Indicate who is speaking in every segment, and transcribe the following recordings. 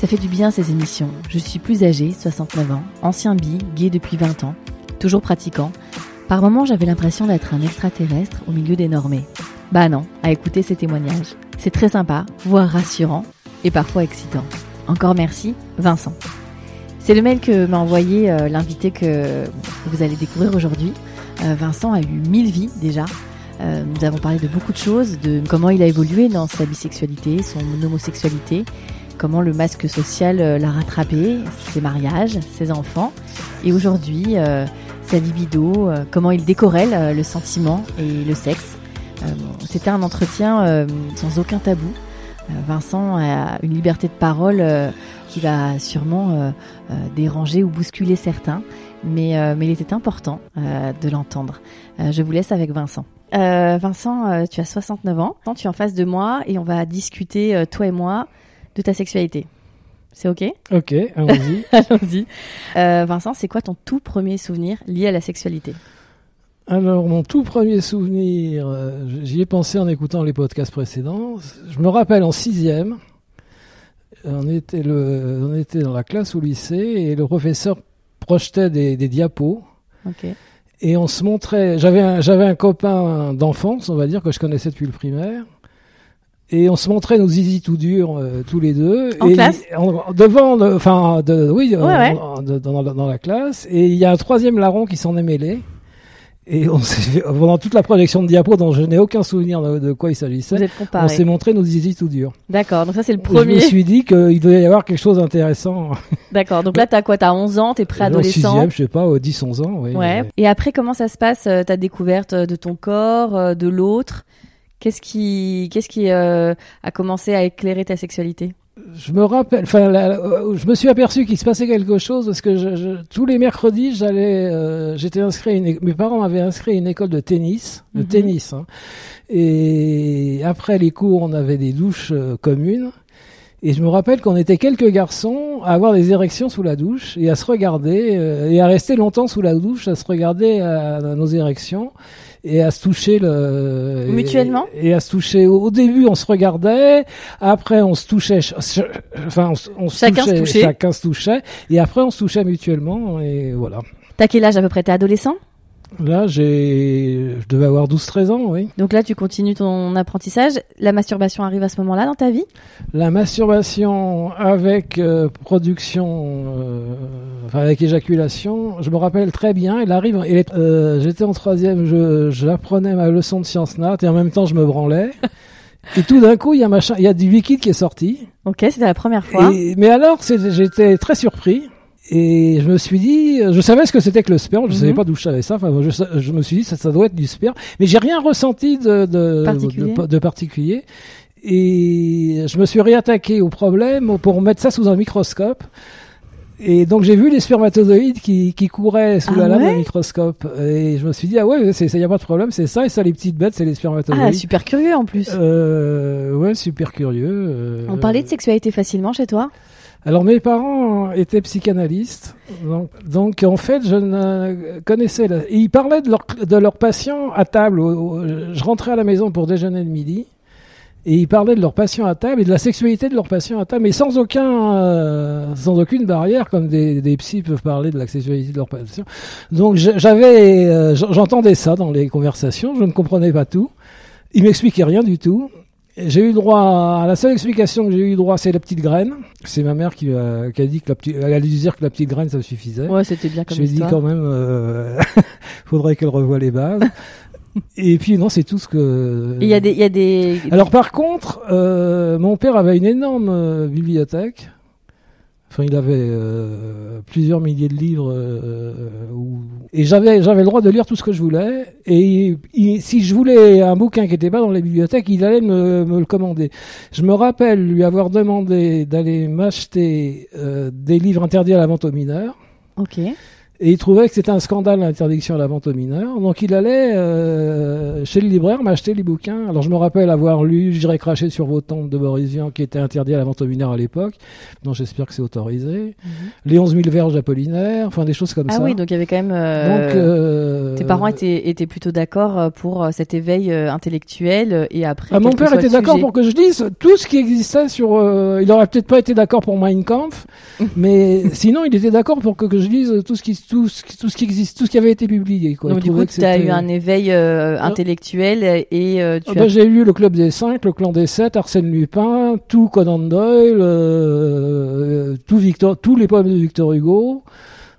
Speaker 1: Ça fait du bien ces émissions. Je suis plus âgée, 69 ans, ancien bi, gay depuis 20 ans, toujours pratiquant. Par moments, j'avais l'impression d'être un extraterrestre au milieu des normés. Bah non, à écouter ces témoignages. C'est très sympa, voire rassurant et parfois excitant. Encore merci, Vincent. C'est le mail que m'a envoyé euh, l'invité que vous allez découvrir aujourd'hui. Euh, Vincent a eu mille vies déjà. Euh, nous avons parlé de beaucoup de choses, de comment il a évolué dans sa bisexualité, son homosexualité, comment le masque social euh, l'a rattrapé, ses mariages, ses enfants, et aujourd'hui euh, sa libido, euh, comment il décorelle euh, le sentiment et le sexe. Euh, C'était un entretien euh, sans aucun tabou. Euh, Vincent a une liberté de parole euh, qui va sûrement euh, euh, déranger ou bousculer certains, mais, euh, mais il était important euh, de l'entendre. Euh, je vous laisse avec Vincent. Euh, Vincent, euh, tu as 69 ans, Attends, tu es en face de moi et on va discuter, euh, toi et moi, de ta sexualité. C'est ok
Speaker 2: Ok, allons-y.
Speaker 1: Allons-y. Euh, Vincent, c'est quoi ton tout premier souvenir lié à la sexualité
Speaker 2: Alors, mon tout premier souvenir, euh, j'y ai pensé en écoutant les podcasts précédents. Je me rappelle en sixième, on était, le, on était dans la classe au lycée et le professeur projetait des, des diapos
Speaker 1: Ok.
Speaker 2: et on se montrait. J'avais un, j'avais un copain d'enfance, on va dire, que je connaissais depuis le primaire. Et on se montrait nos zizi tout durs, euh, tous les deux.
Speaker 1: En
Speaker 2: et
Speaker 1: classe
Speaker 2: en- Devant, le- enfin, de, oui, en-
Speaker 1: ouais.
Speaker 2: en- de- dans, la- dans la classe. Et il y a un troisième larron qui s'en est mêlé. Et on s'est fait- pendant toute la projection de diapos, dont je n'ai aucun souvenir de, de quoi il
Speaker 1: Vous
Speaker 2: s'agissait,
Speaker 1: êtes
Speaker 2: on s'est
Speaker 1: comparés.
Speaker 2: montré nos zizi tout durs.
Speaker 1: D'accord, donc ça c'est le
Speaker 2: Je me
Speaker 1: premier.
Speaker 2: suis dit qu'il devait y avoir quelque chose d'intéressant.
Speaker 1: D'accord, donc là t'as quoi T'as 11 ans, t'es
Speaker 2: En
Speaker 1: préadolescent.
Speaker 2: Euh, sixième, je euh, sais pas, aux 10, 11 ans. Oui,
Speaker 1: Ouais. Et après, comment ça se passe euh, ta découverte euh, de ton corps, euh, de l'autre Qu'est-ce qui, qu'est-ce qui euh, a commencé à éclairer ta sexualité
Speaker 2: Je me rappelle, enfin, la- la- euh, je me suis aperçu qu'il se passait quelque chose parce que je- je- tous les mercredis, j'allais, euh, j'étais inscrit, à une é- mes parents m'avaient inscrit à une école de tennis, de
Speaker 1: Mhm.
Speaker 2: tennis. hein. Et après les cours, on avait des douches euh, communes. Et je me rappelle qu'on était quelques garçons à avoir des érections sous la douche et à se regarder euh, et à rester longtemps sous la douche, à se regarder à, à nos érections et à se toucher le
Speaker 1: Mutuellement
Speaker 2: et, et à se toucher. Au, au début, on se regardait. Après, on se touchait. ch- ch- Enfin, on, se- on se
Speaker 1: Chacun se
Speaker 2: touchait,
Speaker 1: touchait.
Speaker 2: Chacun se touchait. Et après, on se touchait mutuellement. Et voilà.
Speaker 1: T'as quel âge à peu près T'es adolescent
Speaker 2: Là, j'ai, je devais avoir 12-13 ans, oui.
Speaker 1: Donc là, tu continues ton apprentissage. La masturbation arrive à ce moment-là dans ta vie
Speaker 2: La masturbation avec euh, production, euh, enfin avec éjaculation, je me rappelle très bien. Elle arrive. elle est- euh, J'étais en troisième, je- j'apprenais ma leçon de sciences nat et en même temps je me branlais. et tout d'un coup, il y a machin, il y a du liquide qui est sorti.
Speaker 1: Ok, c'était la première fois.
Speaker 2: Et- mais alors, c'est- j'étais très surpris. Et je me suis dit, euh, je savais ce que c'était que le sperme, je savais
Speaker 1: Mhm.
Speaker 2: pas d'où je savais ça. Enfin, je, sa- je me suis dit, ça, ça doit être du sperme, mais j'ai rien ressenti de, de,
Speaker 1: Particulier.
Speaker 2: de, de particulier. Et je me suis réattaqué au problème pour mettre ça sous un microscope. Et donc j'ai vu les spermatozoïdes qui, qui couraient sous
Speaker 1: Ah
Speaker 2: la lame
Speaker 1: ouais
Speaker 2: d'un microscope. Et je me suis dit, ah ouais, c'est- il y a pas de problème, c'est ça, et ça, les petites bêtes, c'est les spermatozoïdes.
Speaker 1: Ah, super curieux en plus.
Speaker 2: Euh, ouais, super curieux. euh.
Speaker 1: On parlait de sexualité facilement chez toi
Speaker 2: Alors mes parents étaient psychanalystes, donc, donc, en fait je ne connaissais. la- et ils parlaient de leurs de leurs patients à table. au- au- Je rentrais à la maison pour déjeuner le midi. Et ils parlaient de leurs patients à table et de la sexualité de leurs patients à table, mais sans aucun, euh, sans aucune barrière, comme des, des psys peuvent parler de la sexualité de leurs patients. Donc je- j'avais, euh, j- j'entendais ça dans les conversations, je ne comprenais pas tout. Ils m'expliquaient rien du tout. Et J'ai eu droit à la seule explication que j'ai eu droit, c'est la petite graine. C'est ma mère qui, m'a- qui a dit que la petite, elle allait dire que la petite graine ça suffisait.
Speaker 1: Ouais, c'était bien comme
Speaker 2: Je lui ai dit
Speaker 1: histoire.
Speaker 2: quand même, euh, faudrait qu'elle revoie les bases. et puis non, c'est tout ce que.
Speaker 1: Et Il y a des, il y a des.
Speaker 2: Alors par contre, euh, mon père avait une énorme euh, bibliothèque. Enfin, il avait euh, plusieurs milliers de livres euh, où- et j'avais j'avais le droit de lire tout ce que je voulais. Et il- si je voulais un bouquin qui n'était pas dans la bibliothèque, il allait me, me le commander. Je me rappelle lui avoir demandé d'aller m'acheter euh, des livres interdits à la vente aux mineurs.
Speaker 1: Ok.
Speaker 2: Et il trouvait que c'était un scandale l'interdiction à la vente aux mineurs. Donc il allait euh, chez le libraire m'acheter les bouquins. Alors je me rappelle avoir lu J'irai cracher sur vos tombes de Boris Vian qui était interdit à la vente aux mineurs à l'époque. Donc j'espère que c'est autorisé. Les 11 000 verges d'Apollinaire, enfin des choses comme
Speaker 1: Ah
Speaker 2: ça.
Speaker 1: oui, donc il y avait quand même. euh,
Speaker 2: Donc, euh,
Speaker 1: Tes parents étaient, étaient plutôt d'accord euh, pour euh, cet éveil euh, intellectuel euh, et après.
Speaker 2: Ah,
Speaker 1: quel
Speaker 2: mon
Speaker 1: que
Speaker 2: père
Speaker 1: soit
Speaker 2: était
Speaker 1: le
Speaker 2: d'accord
Speaker 1: sujet.
Speaker 2: pour que je lise tout ce qui existait sur. euh, il aurait peut-être pas été d'accord pour Mein Kampf, mais sinon il était d'accord pour que, que je lise tout ce qui tout ce, qui- tout ce qui existe, tout ce qui avait été publié. Quoi.
Speaker 1: Donc
Speaker 2: Il
Speaker 1: du coup,
Speaker 2: trouvait que
Speaker 1: tu as
Speaker 2: c'était-
Speaker 1: eu un éveil euh, intellectuel et euh, tu
Speaker 2: Ah
Speaker 1: as
Speaker 2: bah, J'ai lu le Club des 5, le Clan des 7, Arsène Lupin, tout Conan Doyle, euh, tout Victor, tous les poèmes de Victor Hugo,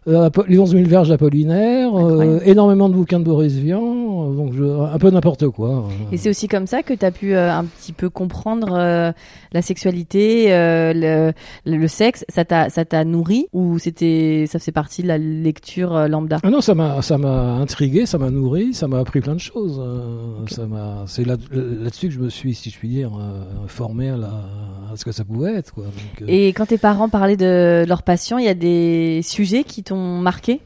Speaker 2: euh, Apo- les 11 000 verges d'Apollinaire, euh,
Speaker 1: Incroyable.
Speaker 2: énormément de bouquins de Boris Vian, euh, donc je- un peu n'importe quoi.
Speaker 1: Et c'est aussi comme ça que tu as pu euh, un petit peu comprendre euh, la sexualité, euh, le, le- le sexe. Ça t'a, ça t'a nourri ou c'était, ça faisait partie de la lecture euh, lambda
Speaker 2: Ah non, ça m'a, ça m'a intrigué, ça m'a nourri, ça m'a appris plein de choses. euh, Ça m'a, c'est là, là-dessus que je me suis, si je puis dire, euh, formé à, la- à ce que ça pouvait être. Quoi. Donc, euh,
Speaker 1: Et quand tes parents parlaient de leur passion, il y a des sujets qui t'ont marqué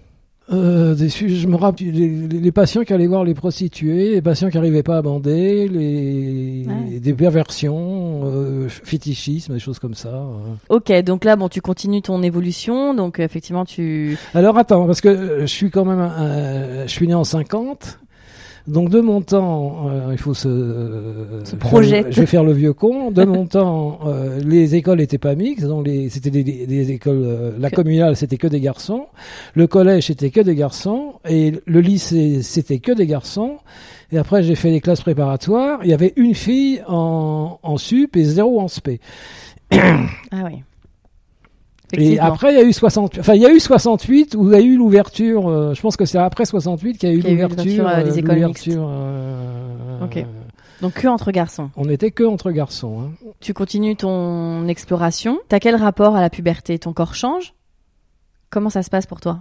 Speaker 2: Euh, des sujets, je me rappelle les, les- les patients qui allaient voir les prostituées, les patients qui n'arrivaient pas à bander, les,
Speaker 1: Ouais.
Speaker 2: des perversions, euh, fétichisme, des choses comme ça. euh.
Speaker 1: Ok, donc là, bon, tu continues ton évolution, donc euh, effectivement, tu.
Speaker 2: Alors attends, parce que euh, je suis quand même, euh, je suis né en 50. Donc de mon temps, euh, il faut se, euh,
Speaker 1: Se projette.
Speaker 2: faire le- Je vais faire le vieux con. De mon temps, euh, les écoles étaient pas mixtes. Donc les, c'était des, des- des écoles. euh, la
Speaker 1: Que-
Speaker 2: communale, c'était que des garçons. Le collège, c'était que des garçons. Et le lycée, c'était que des garçons. Et après, j'ai fait les classes préparatoires. Il y avait une fille en, en sup et zéro en spé.
Speaker 1: Ah oui.
Speaker 2: Et
Speaker 1: Effectivement.
Speaker 2: après, il y a eu 68. Enfin, il y a eu 68 où il y a eu l'ouverture. euh, je pense que c'est après 68 qu'il y a eu
Speaker 1: Qu'il y a eu
Speaker 2: l'ouverture
Speaker 1: l'ouverture, euh, des
Speaker 2: euh,
Speaker 1: écoles
Speaker 2: l'ouverture,
Speaker 1: mixtes.
Speaker 2: euh,
Speaker 1: Ok. Donc que entre garçons.
Speaker 2: On n'était que entre garçons. hein.
Speaker 1: Tu continues ton exploration. T'as quel rapport à la puberté Ton corps change Comment ça se passe pour toi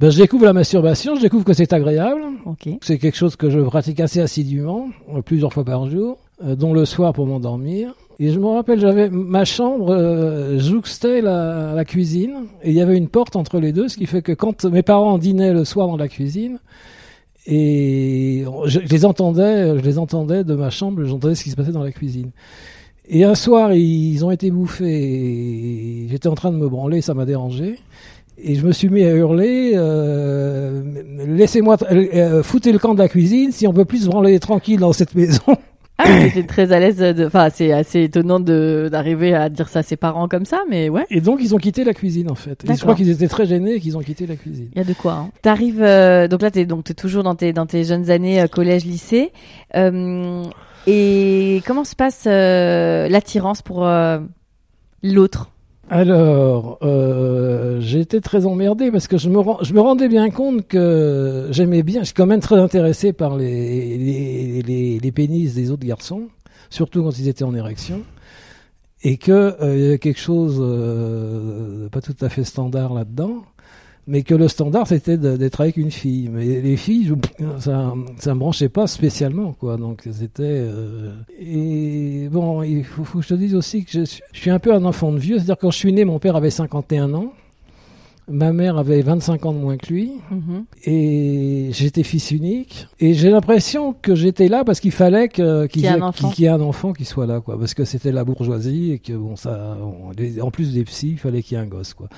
Speaker 2: Ben, je découvre la masturbation. Je découvre que c'est agréable.
Speaker 1: Ok.
Speaker 2: C'est quelque chose que je pratique assez assidûment, euh, plusieurs fois par jour, euh, dont le soir pour m'endormir. Et je me rappelle, j'avais ma chambre euh, jouxtait la, la cuisine et il y avait une porte entre les deux, ce qui fait que quand mes parents dînaient le soir dans la cuisine et on- je, je les entendais, je les entendais de ma chambre, j'entendais ce qui se passait dans la cuisine. Et un soir, ils ont été bouffés. et J'étais en train de me branler, ça m'a dérangé. Et je me suis mis à hurler, euh, laissez-moi, tra- euh, foutez le camp de la cuisine si on peut plus se branler tranquille dans cette maison.
Speaker 1: Ah, oui, t'étais très à l'aise. de- Enfin, c'est assez étonnant de d'arriver à dire ça à ses parents comme ça, mais ouais.
Speaker 2: Et donc ils ont quitté la cuisine en fait. Et je
Speaker 1: D'accord.
Speaker 2: crois qu'ils étaient très gênés et qu'ils ont quitté la cuisine.
Speaker 1: Il y a de quoi. Hein. T'arrives euh, donc là t'es donc t'es toujours dans tes dans tes jeunes années euh, collège lycée Euh, et comment se passe euh, l'attirance pour euh, l'autre
Speaker 2: Alors, euh, j'ai été très emmerdé parce que je me, rend- je me rendais bien compte que j'aimais bien, je suis quand même très intéressé par les, les, les- les pénis des autres garçons, surtout quand ils étaient en érection, et que euh, il y avait quelque chose euh, pas tout à fait standard là-dedans, mais que le standard c'était de- d'être avec une fille. Mais les filles, je- ça, ça me branchait pas spécialement, quoi. Donc c'était. euh, Et bon, il faut, faut que je te dise aussi que je suis, je suis un peu un enfant de vieux, c'est-à-dire quand je suis né, mon père avait 51 ans. Ma mère avait 25 ans de moins que lui
Speaker 1: Mm-hmm.
Speaker 2: et j'étais fils unique et j'ai l'impression que j'étais là parce qu'il fallait que
Speaker 1: Qu'il
Speaker 2: qu'il
Speaker 1: y ait un
Speaker 2: qu'il-
Speaker 1: enfant.
Speaker 2: qu'il y ait un enfant qui soit là quoi parce que c'était la bourgeoisie et que bon ça on- les- en plus des psys il fallait qu'il y ait un gosse quoi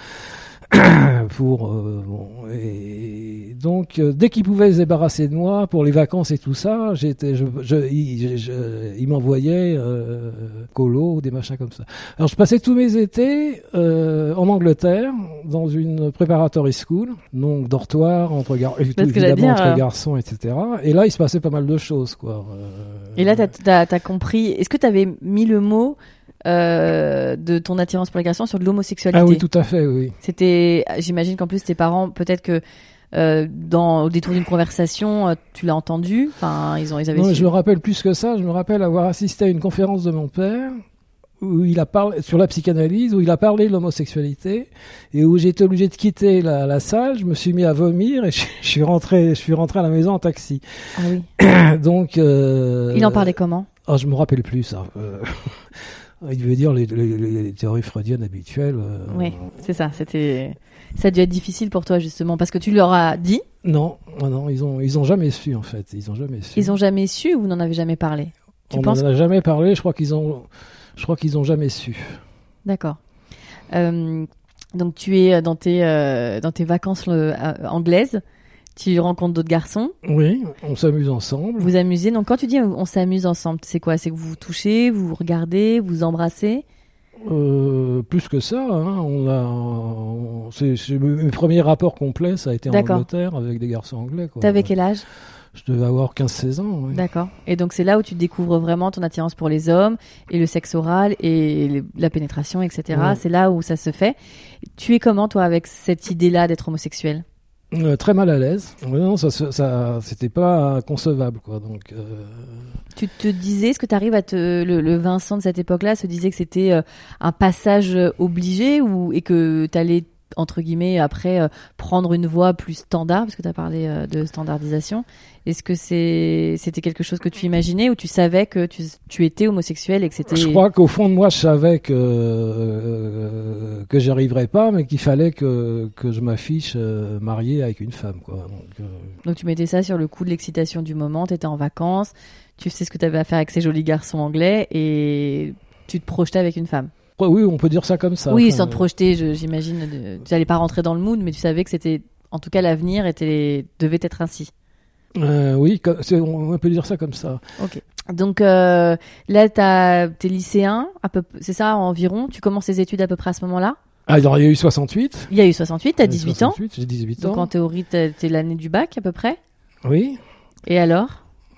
Speaker 2: pour euh, bon et donc euh, dès qu'il pouvait se débarrasser de moi pour les vacances et tout ça j'étais je, je, il, je- je- il m'envoyait euh, colo des machins comme ça alors je passais tous mes étés euh, en Angleterre dans une preparatory school donc dortoir entre gar-
Speaker 1: Parce que j'allais
Speaker 2: évidemment,
Speaker 1: dire,
Speaker 2: entre
Speaker 1: euh,
Speaker 2: garçons etc et là il se passait pas mal de choses quoi Euh,
Speaker 1: Et là t'as t'as t'as compris Est-ce que t'avais mis le mot euh, de ton attirance pour les garçons sur de l'homosexualité
Speaker 2: ah oui tout à fait oui
Speaker 1: C'était, j'imagine qu'en plus tes parents, peut-être que euh, dans au détour d'une conversation, euh, tu l'as entendu. Enfin, ils ont, ils avaient.
Speaker 2: Non,
Speaker 1: su.
Speaker 2: je me rappelle plus que ça. Je me rappelle avoir assisté à une conférence de mon père où il a parlé sur la psychanalyse, où il a parlé de l'homosexualité et où j'ai été obligé de quitter la, la salle. Je me suis mis à vomir et je, je suis rentré, je suis rentré à la maison en taxi.
Speaker 1: Ah oui.
Speaker 2: Donc euh,
Speaker 1: Il en parlait comment
Speaker 2: Ah, je me rappelle plus ça. Euh, il veut dire les, les- les théories freudiennes habituelles. euh,
Speaker 1: Oui, c'est ça. C'était. Ça a dû être difficile pour toi justement parce que tu leur as dit,
Speaker 2: Non, non, non, ils ont ils ont jamais su en fait. Ils ont jamais su.
Speaker 1: ils ont jamais su ou vous n'en avez jamais parlé. Tu
Speaker 2: On
Speaker 1: penses
Speaker 2: n'en a jamais parlé. Je crois qu'ils ont je crois qu'ils ont jamais su.
Speaker 1: D'accord. Euh, donc tu es dans tes, euh, dans tes vacances le- euh, anglaises, tu rencontres d'autres garçons,
Speaker 2: Oui, on s'amuse ensemble.
Speaker 1: vous vous amusez. Donc quand tu dis on s'amuse ensemble, c'est quoi C'est que vous vous touchez, vous vous regardez, vous vous embrassez
Speaker 2: Euh, plus que ça, hein, on a. on- c'est, c'est mes mes premiers rapports complets, ça a été en
Speaker 1: D'accord.
Speaker 2: Angleterre avec des garçons anglais. Quoi.
Speaker 1: T'avais quel âge
Speaker 2: Je devais avoir 15-16 ans. oui.
Speaker 1: D'accord. Et donc c'est là où tu découvres vraiment ton attirance pour les hommes et le sexe oral et les- la pénétration, etc.
Speaker 2: Ouais.
Speaker 1: C'est là où ça se fait. Tu es comment toi avec cette idée-là d'être homosexuel
Speaker 2: Euh, très mal à l'aise. Ouais, non, ça, se- ça- c'était pas concevable, quoi. Donc, euh,
Speaker 1: Tu te disais, est-ce que tu arrives à te. Le, le Vincent de cette époque-là se disait que c'était euh, un passage euh, obligé ou, et que tu allais, entre guillemets, après euh, prendre une voie plus standard, parce que tu as parlé euh, de standardisation. Est-ce que c'est, c'était quelque chose que tu imaginais ou tu savais que tu, tu étais homosexuel et que c'était.
Speaker 2: je crois qu'au fond de moi, je savais que euh, que j'y arriverais pas, mais qu'il fallait que que je m'affiche euh, marié avec une femme, quoi. Donc, euh,
Speaker 1: Donc tu mettais ça sur le coup de l'excitation du moment, tu étais en vacances, tu sais ce que tu avais à faire avec ces jolis garçons anglais et tu te projetais avec une femme.
Speaker 2: oui, on peut dire ça comme ça.
Speaker 1: Oui,
Speaker 2: Enfin,
Speaker 1: sans te projeter, je- j'imagine. de- Tu n'allais pas rentrer dans le mood, mais tu savais que c'était, en tout cas, l'avenir était, devait être ainsi.
Speaker 2: euh, oui, comme- c'est- on on peut dire ça comme ça.
Speaker 1: Ok. Donc euh, là, t'as- t'es lycéen, à peu, c'est ça environ. Tu commences tes études à peu près à ce moment-là.
Speaker 2: Alors, Ah, il y a eu 68.
Speaker 1: Il y a eu 68, t'as 18 ans.
Speaker 2: 68, J'ai 18 ans.
Speaker 1: Donc en théorie, t'es t'es l'année du bac à peu près.
Speaker 2: Oui.
Speaker 1: Et alors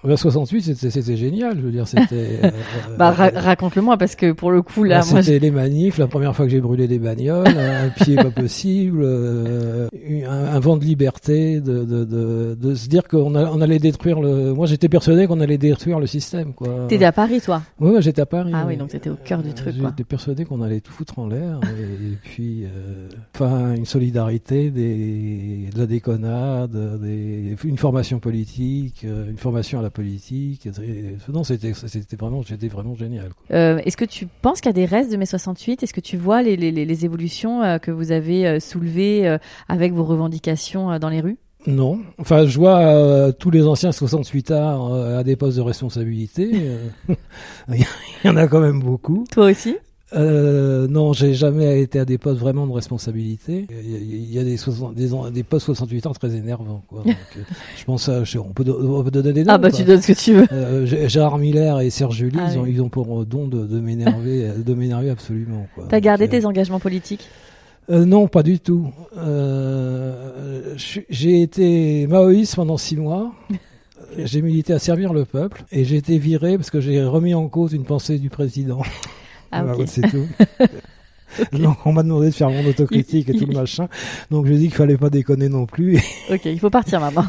Speaker 2: Ben, 68, c'était- c'était génial, je veux dire, c'était. euh,
Speaker 1: Bah
Speaker 2: euh,
Speaker 1: ra- raconte-le-moi parce que pour le coup là,
Speaker 2: ben,
Speaker 1: moi,
Speaker 2: c'était les manifs, la première fois que j'ai brûlé des bagnoles, un pied pas possible, euh, un, un vent de liberté, de, de, de, de se dire qu'on a- on allait détruire le. Moi, j'étais persuadé qu'on allait détruire le système, quoi.
Speaker 1: t'étais à Paris, toi.
Speaker 2: Ouais, ouais, j'étais à Paris.
Speaker 1: Ah oui,
Speaker 2: ouais. Euh,
Speaker 1: donc t'étais au cœur du truc, quoi.
Speaker 2: J'étais persuadé qu'on allait tout foutre en l'air, et, et puis, euh, enfin, une solidarité, des, de la déconnade, des, une formation politique, euh, une formation à la politique. et- non, c'était, c'était vraiment, j'étais vraiment génial. quoi.
Speaker 1: Euh, Est-ce que tu penses qu'il y a des restes de mai 68 Est-ce que tu vois les, les, les- les évolutions euh, que vous avez euh, soulevées euh, avec vos revendications euh, dans les rues
Speaker 2: Non, enfin, je vois euh, tous les anciens 68 ans euh, à des postes de responsabilité. euh, Il y en a quand même beaucoup.
Speaker 1: Toi aussi
Speaker 2: Euh, non, j'ai jamais été à des postes vraiment de responsabilité. Il y a- il y a des, 60 des, ans- des postes 68 ans très énervants. Quoi. Donc, euh, je pense à, je- on, peut, do- on peut donner des noms. Euh,
Speaker 1: Ah bah tu donnes ce que tu veux.
Speaker 2: Gérard Miller et Serge Julie,
Speaker 1: Ah
Speaker 2: ils, ont,
Speaker 1: oui.
Speaker 2: ils ont pour euh, don de, de m'énerver, euh, de m'énerver absolument. quoi.
Speaker 1: T'as
Speaker 2: Donc,
Speaker 1: gardé
Speaker 2: euh,
Speaker 1: tes engagements politiques
Speaker 2: euh, Non, pas du tout. Euh, je suis- j'ai été maoïste pendant six mois. J'ai milité à servir le peuple et j'ai été viré parce que j'ai remis en cause une pensée du président.
Speaker 1: Ah
Speaker 2: Voilà,
Speaker 1: ok.
Speaker 2: bah, c'est tout. Donc on m'a demandé de faire mon autocritique et tout le machin. Donc j'ai dit qu'il fallait pas déconner non plus.
Speaker 1: Ok, il faut partir maintenant.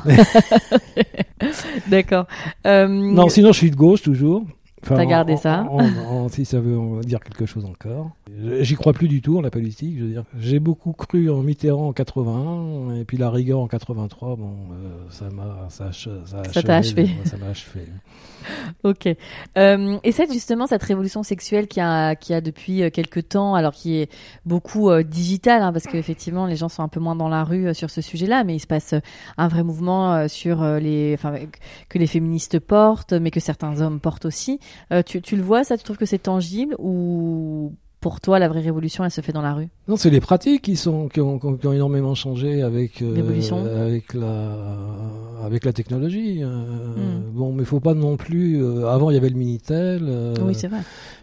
Speaker 1: D'accord. Euh,
Speaker 2: non, sinon je suis de gauche toujours. Enfin,
Speaker 1: T'as gardé
Speaker 2: en-
Speaker 1: ça
Speaker 2: en- en- en- Si ça veut en dire quelque chose encore. J'y crois plus du tout en la politique. Je veux dire, j'ai beaucoup cru en Mitterrand en 81 et puis la rigueur en 83. Bon, euh, ça m'a, ça, a ch- a
Speaker 1: Ça t'a
Speaker 2: achevé,
Speaker 1: achevé.
Speaker 2: ouais, Ça m'a achevé.
Speaker 1: Ok. Euh, et cette justement cette révolution sexuelle qui a qui a depuis euh, quelques temps, alors qui est beaucoup euh, digitale, hein, parce qu'effectivement les gens sont un peu moins dans la rue euh, sur ce sujet-là, mais il se passe euh, un vrai mouvement euh, sur euh, les, enfin euh, que les féministes portent, mais que certains hommes portent aussi. Euh, tu tu le vois ça, tu trouves que c'est tangible ou pour toi la vraie révolution elle se fait dans la rue
Speaker 2: Non, c'est les pratiques qui sont qui ont, qui ont- qui ont énormément changé avec euh,
Speaker 1: L'évolution.
Speaker 2: avec la avec la technologie. euh,
Speaker 1: Hmm.
Speaker 2: Bon, mais faut pas non plus. euh, avant, il y avait le minitel. euh,
Speaker 1: Oui c'est vrai.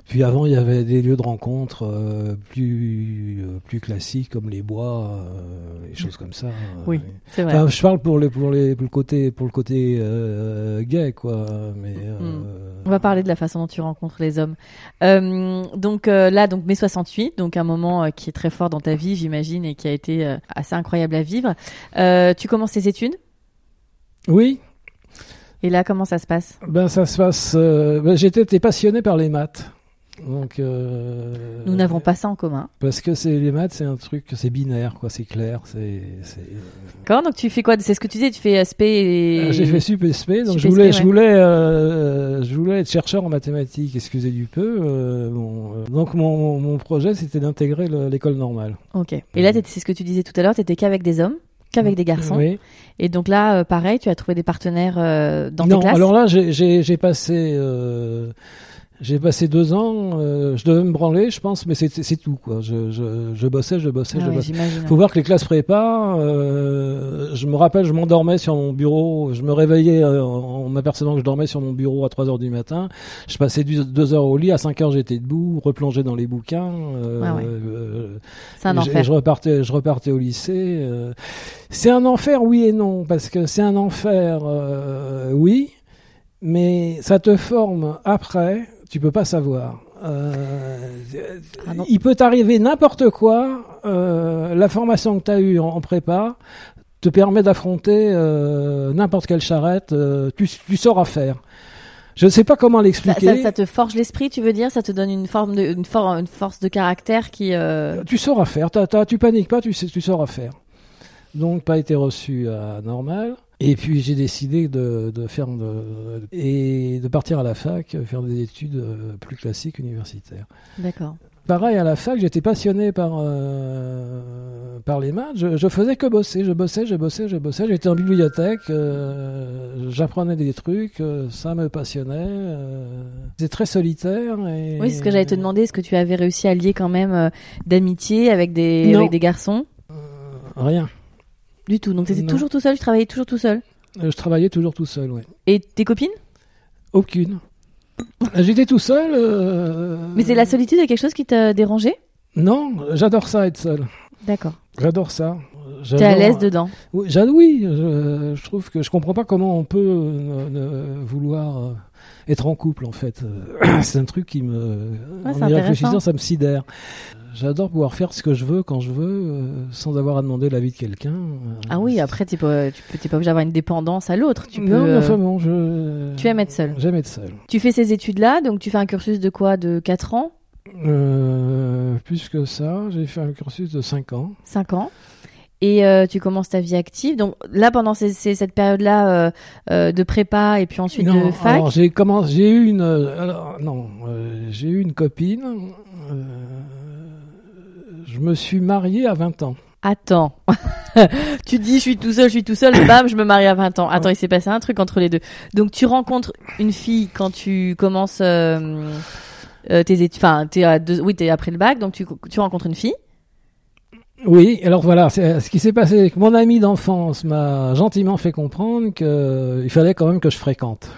Speaker 2: puis avant, il y avait des lieux de rencontre euh, plus euh, plus classiques comme les bois, euh, les choses comme ça.
Speaker 1: Oui.
Speaker 2: Euh,
Speaker 1: C'est vrai.
Speaker 2: Enfin, je parle pour le pour les pour le côté pour le côté euh, gay quoi. Mais
Speaker 1: Mm.
Speaker 2: euh,
Speaker 1: On va parler de la façon dont tu rencontres les hommes. Euh, donc euh, là, donc mai 68, donc un moment euh, qui est très fort dans ta vie, j'imagine, et qui a été euh, assez incroyable à vivre. Euh, tu commences tes études,
Speaker 2: oui.
Speaker 1: et là, comment ça se passe
Speaker 2: Ben ça se passe. euh, ben, j'étais passionné par les maths. Donc, euh,
Speaker 1: Nous n'avons pas ça en commun.
Speaker 2: Parce que c'est les maths, c'est un truc, c'est binaire, quoi, c'est clair, c'est. c'est-
Speaker 1: D'accord, donc tu fais quoi C'est ce que tu disais, tu fais SP et...
Speaker 2: Euh, J'ai fait sup et spé, donc
Speaker 1: Sup
Speaker 2: je
Speaker 1: et
Speaker 2: voulais,
Speaker 1: spé,
Speaker 2: je
Speaker 1: ouais.
Speaker 2: voulais, euh, je voulais être chercheur en mathématiques, excusez du peu. euh, bon, euh, donc mon, mon- mon projet, c'était d'intégrer le- l'école normale.
Speaker 1: Ok. Et là, t'étais- c'est ce que tu disais tout à l'heure, t'étais qu'avec des hommes, qu'avec des garçons.
Speaker 2: Oui.
Speaker 1: Et donc là, euh, pareil, tu as trouvé des partenaires euh, dans
Speaker 2: non,
Speaker 1: tes classes.
Speaker 2: alors là, j'ai- j'ai j'ai passé, euh, j'ai passé deux ans. euh, je devais me branler, je pense, mais c'est c'est tout, quoi. Je, je, je bossais, je bossais,
Speaker 1: Ah
Speaker 2: je
Speaker 1: ouais,
Speaker 2: bossais.
Speaker 1: j'imagine.
Speaker 2: Faut voir que les classes prépa, euh, je me rappelle, je m'endormais sur mon bureau, je me réveillais euh, en m'apercevant que je dormais sur mon bureau à 3 heures du matin. Je passais du- deux heures au lit, à 5 heures j'étais debout, replongé dans les bouquins. euh,
Speaker 1: Ah ouais.
Speaker 2: euh,
Speaker 1: C'est un
Speaker 2: et je- et
Speaker 1: enfer.
Speaker 2: Je, repartais, je repartais au lycée. euh. C'est un enfer, oui et non, parce que c'est un enfer, euh, oui, mais ça te forme après, tu peux pas savoir. Euh,
Speaker 1: Ah non.
Speaker 2: il peut t'arriver n'importe quoi, euh, la formation que tu as eue en, en prépa te permet d'affronter euh, n'importe quelle charrette, euh, tu, tu sors à faire. Je ne sais pas comment
Speaker 1: Ça,
Speaker 2: l'expliquer.
Speaker 1: ça- ça te forge l'esprit, tu veux dire Ça te donne une forme de, une, for- une force de caractère qui. euh,
Speaker 2: Tu sors à faire. T'as- t'as- tu paniques pas, tu, sais- tu sors à faire. Donc, pas été reçu à Normal. Et puis, j'ai décidé de, de faire de- et de partir à la fac, euh, faire des études euh, plus classiques universitaires.
Speaker 1: D'accord.
Speaker 2: Pareil, à la fac, j'étais passionné par, euh, par les maths. Je, je faisais que bosser. Je bossais, je bossais, je bossais. J'étais en bibliothèque. euh, J'apprenais des trucs. euh, ça me passionnait. euh. C'était très solitaire. Et...
Speaker 1: Oui, c'est ce que j'allais te demander. Est-ce que tu avais réussi à lier quand même euh, d'amitié avec des,
Speaker 2: Non.
Speaker 1: avec des garçons
Speaker 2: Rien.
Speaker 1: Du tout. Donc t'étais
Speaker 2: Non.
Speaker 1: toujours tout seul, tu travaillais toujours tout seul.
Speaker 2: Euh, Je travaillais toujours tout seul, oui.
Speaker 1: Et tes copines
Speaker 2: Aucune. J'étais tout seul. euh,
Speaker 1: Mais c'est la solitude, quelque chose qui t'a dérangé
Speaker 2: Non, j'adore ça être seul.
Speaker 1: D'accord. euh,
Speaker 2: J'adore ça. euh,
Speaker 1: T'es à l'aise dedans.
Speaker 2: Oui, j'ad- oui, je, je trouve que je comprends pas comment on peut euh, ne- ne vouloir euh, être en couple en fait. Euh, C'est un truc qui me,
Speaker 1: Ouais, c'est
Speaker 2: en y réfléchissant,
Speaker 1: intéressant.
Speaker 2: ça me sidère. J'adore pouvoir faire ce que je veux quand je veux euh, sans avoir à demander l'avis de quelqu'un. Euh,
Speaker 1: Ah oui, après t'es pas, tu peux- t'es pas obligé d'avoir une dépendance à l'autre. Tu peux.
Speaker 2: non, mais
Speaker 1: euh,
Speaker 2: enfin bon, je.
Speaker 1: Tu aimes être seul.
Speaker 2: J'aime être seul.
Speaker 1: Tu fais ces études-là, donc tu fais un cursus de quoi De 4 ans
Speaker 2: Euh, plus que ça, j'ai fait un cursus de 5 ans.
Speaker 1: 5 ans. Et euh, tu commences ta vie active. Donc là, pendant ces- ces- cette période-là euh, euh, de prépa et puis ensuite de
Speaker 2: Non,
Speaker 1: fac.
Speaker 2: alors, j'ai commencé, j'ai eu une, euh, alors, non, euh, j'ai eu une copine. euh, je me suis marié à 20 ans.
Speaker 1: Attends. tu dis, je suis tout seul, je suis tout seul. Bam, je me marie à 20 ans. Attends, il s'est passé un truc entre les deux. Donc tu rencontres une fille quand tu commences euh, euh, tes études. Enfin, t'es à deux. Oui, t'es après le bac, donc tu, tu rencontres une fille.
Speaker 2: Oui, alors voilà, c'est- euh, ce qui s'est passé, c'est que mon ami d'enfance m'a gentiment fait comprendre qu'il fallait quand même que je fréquente.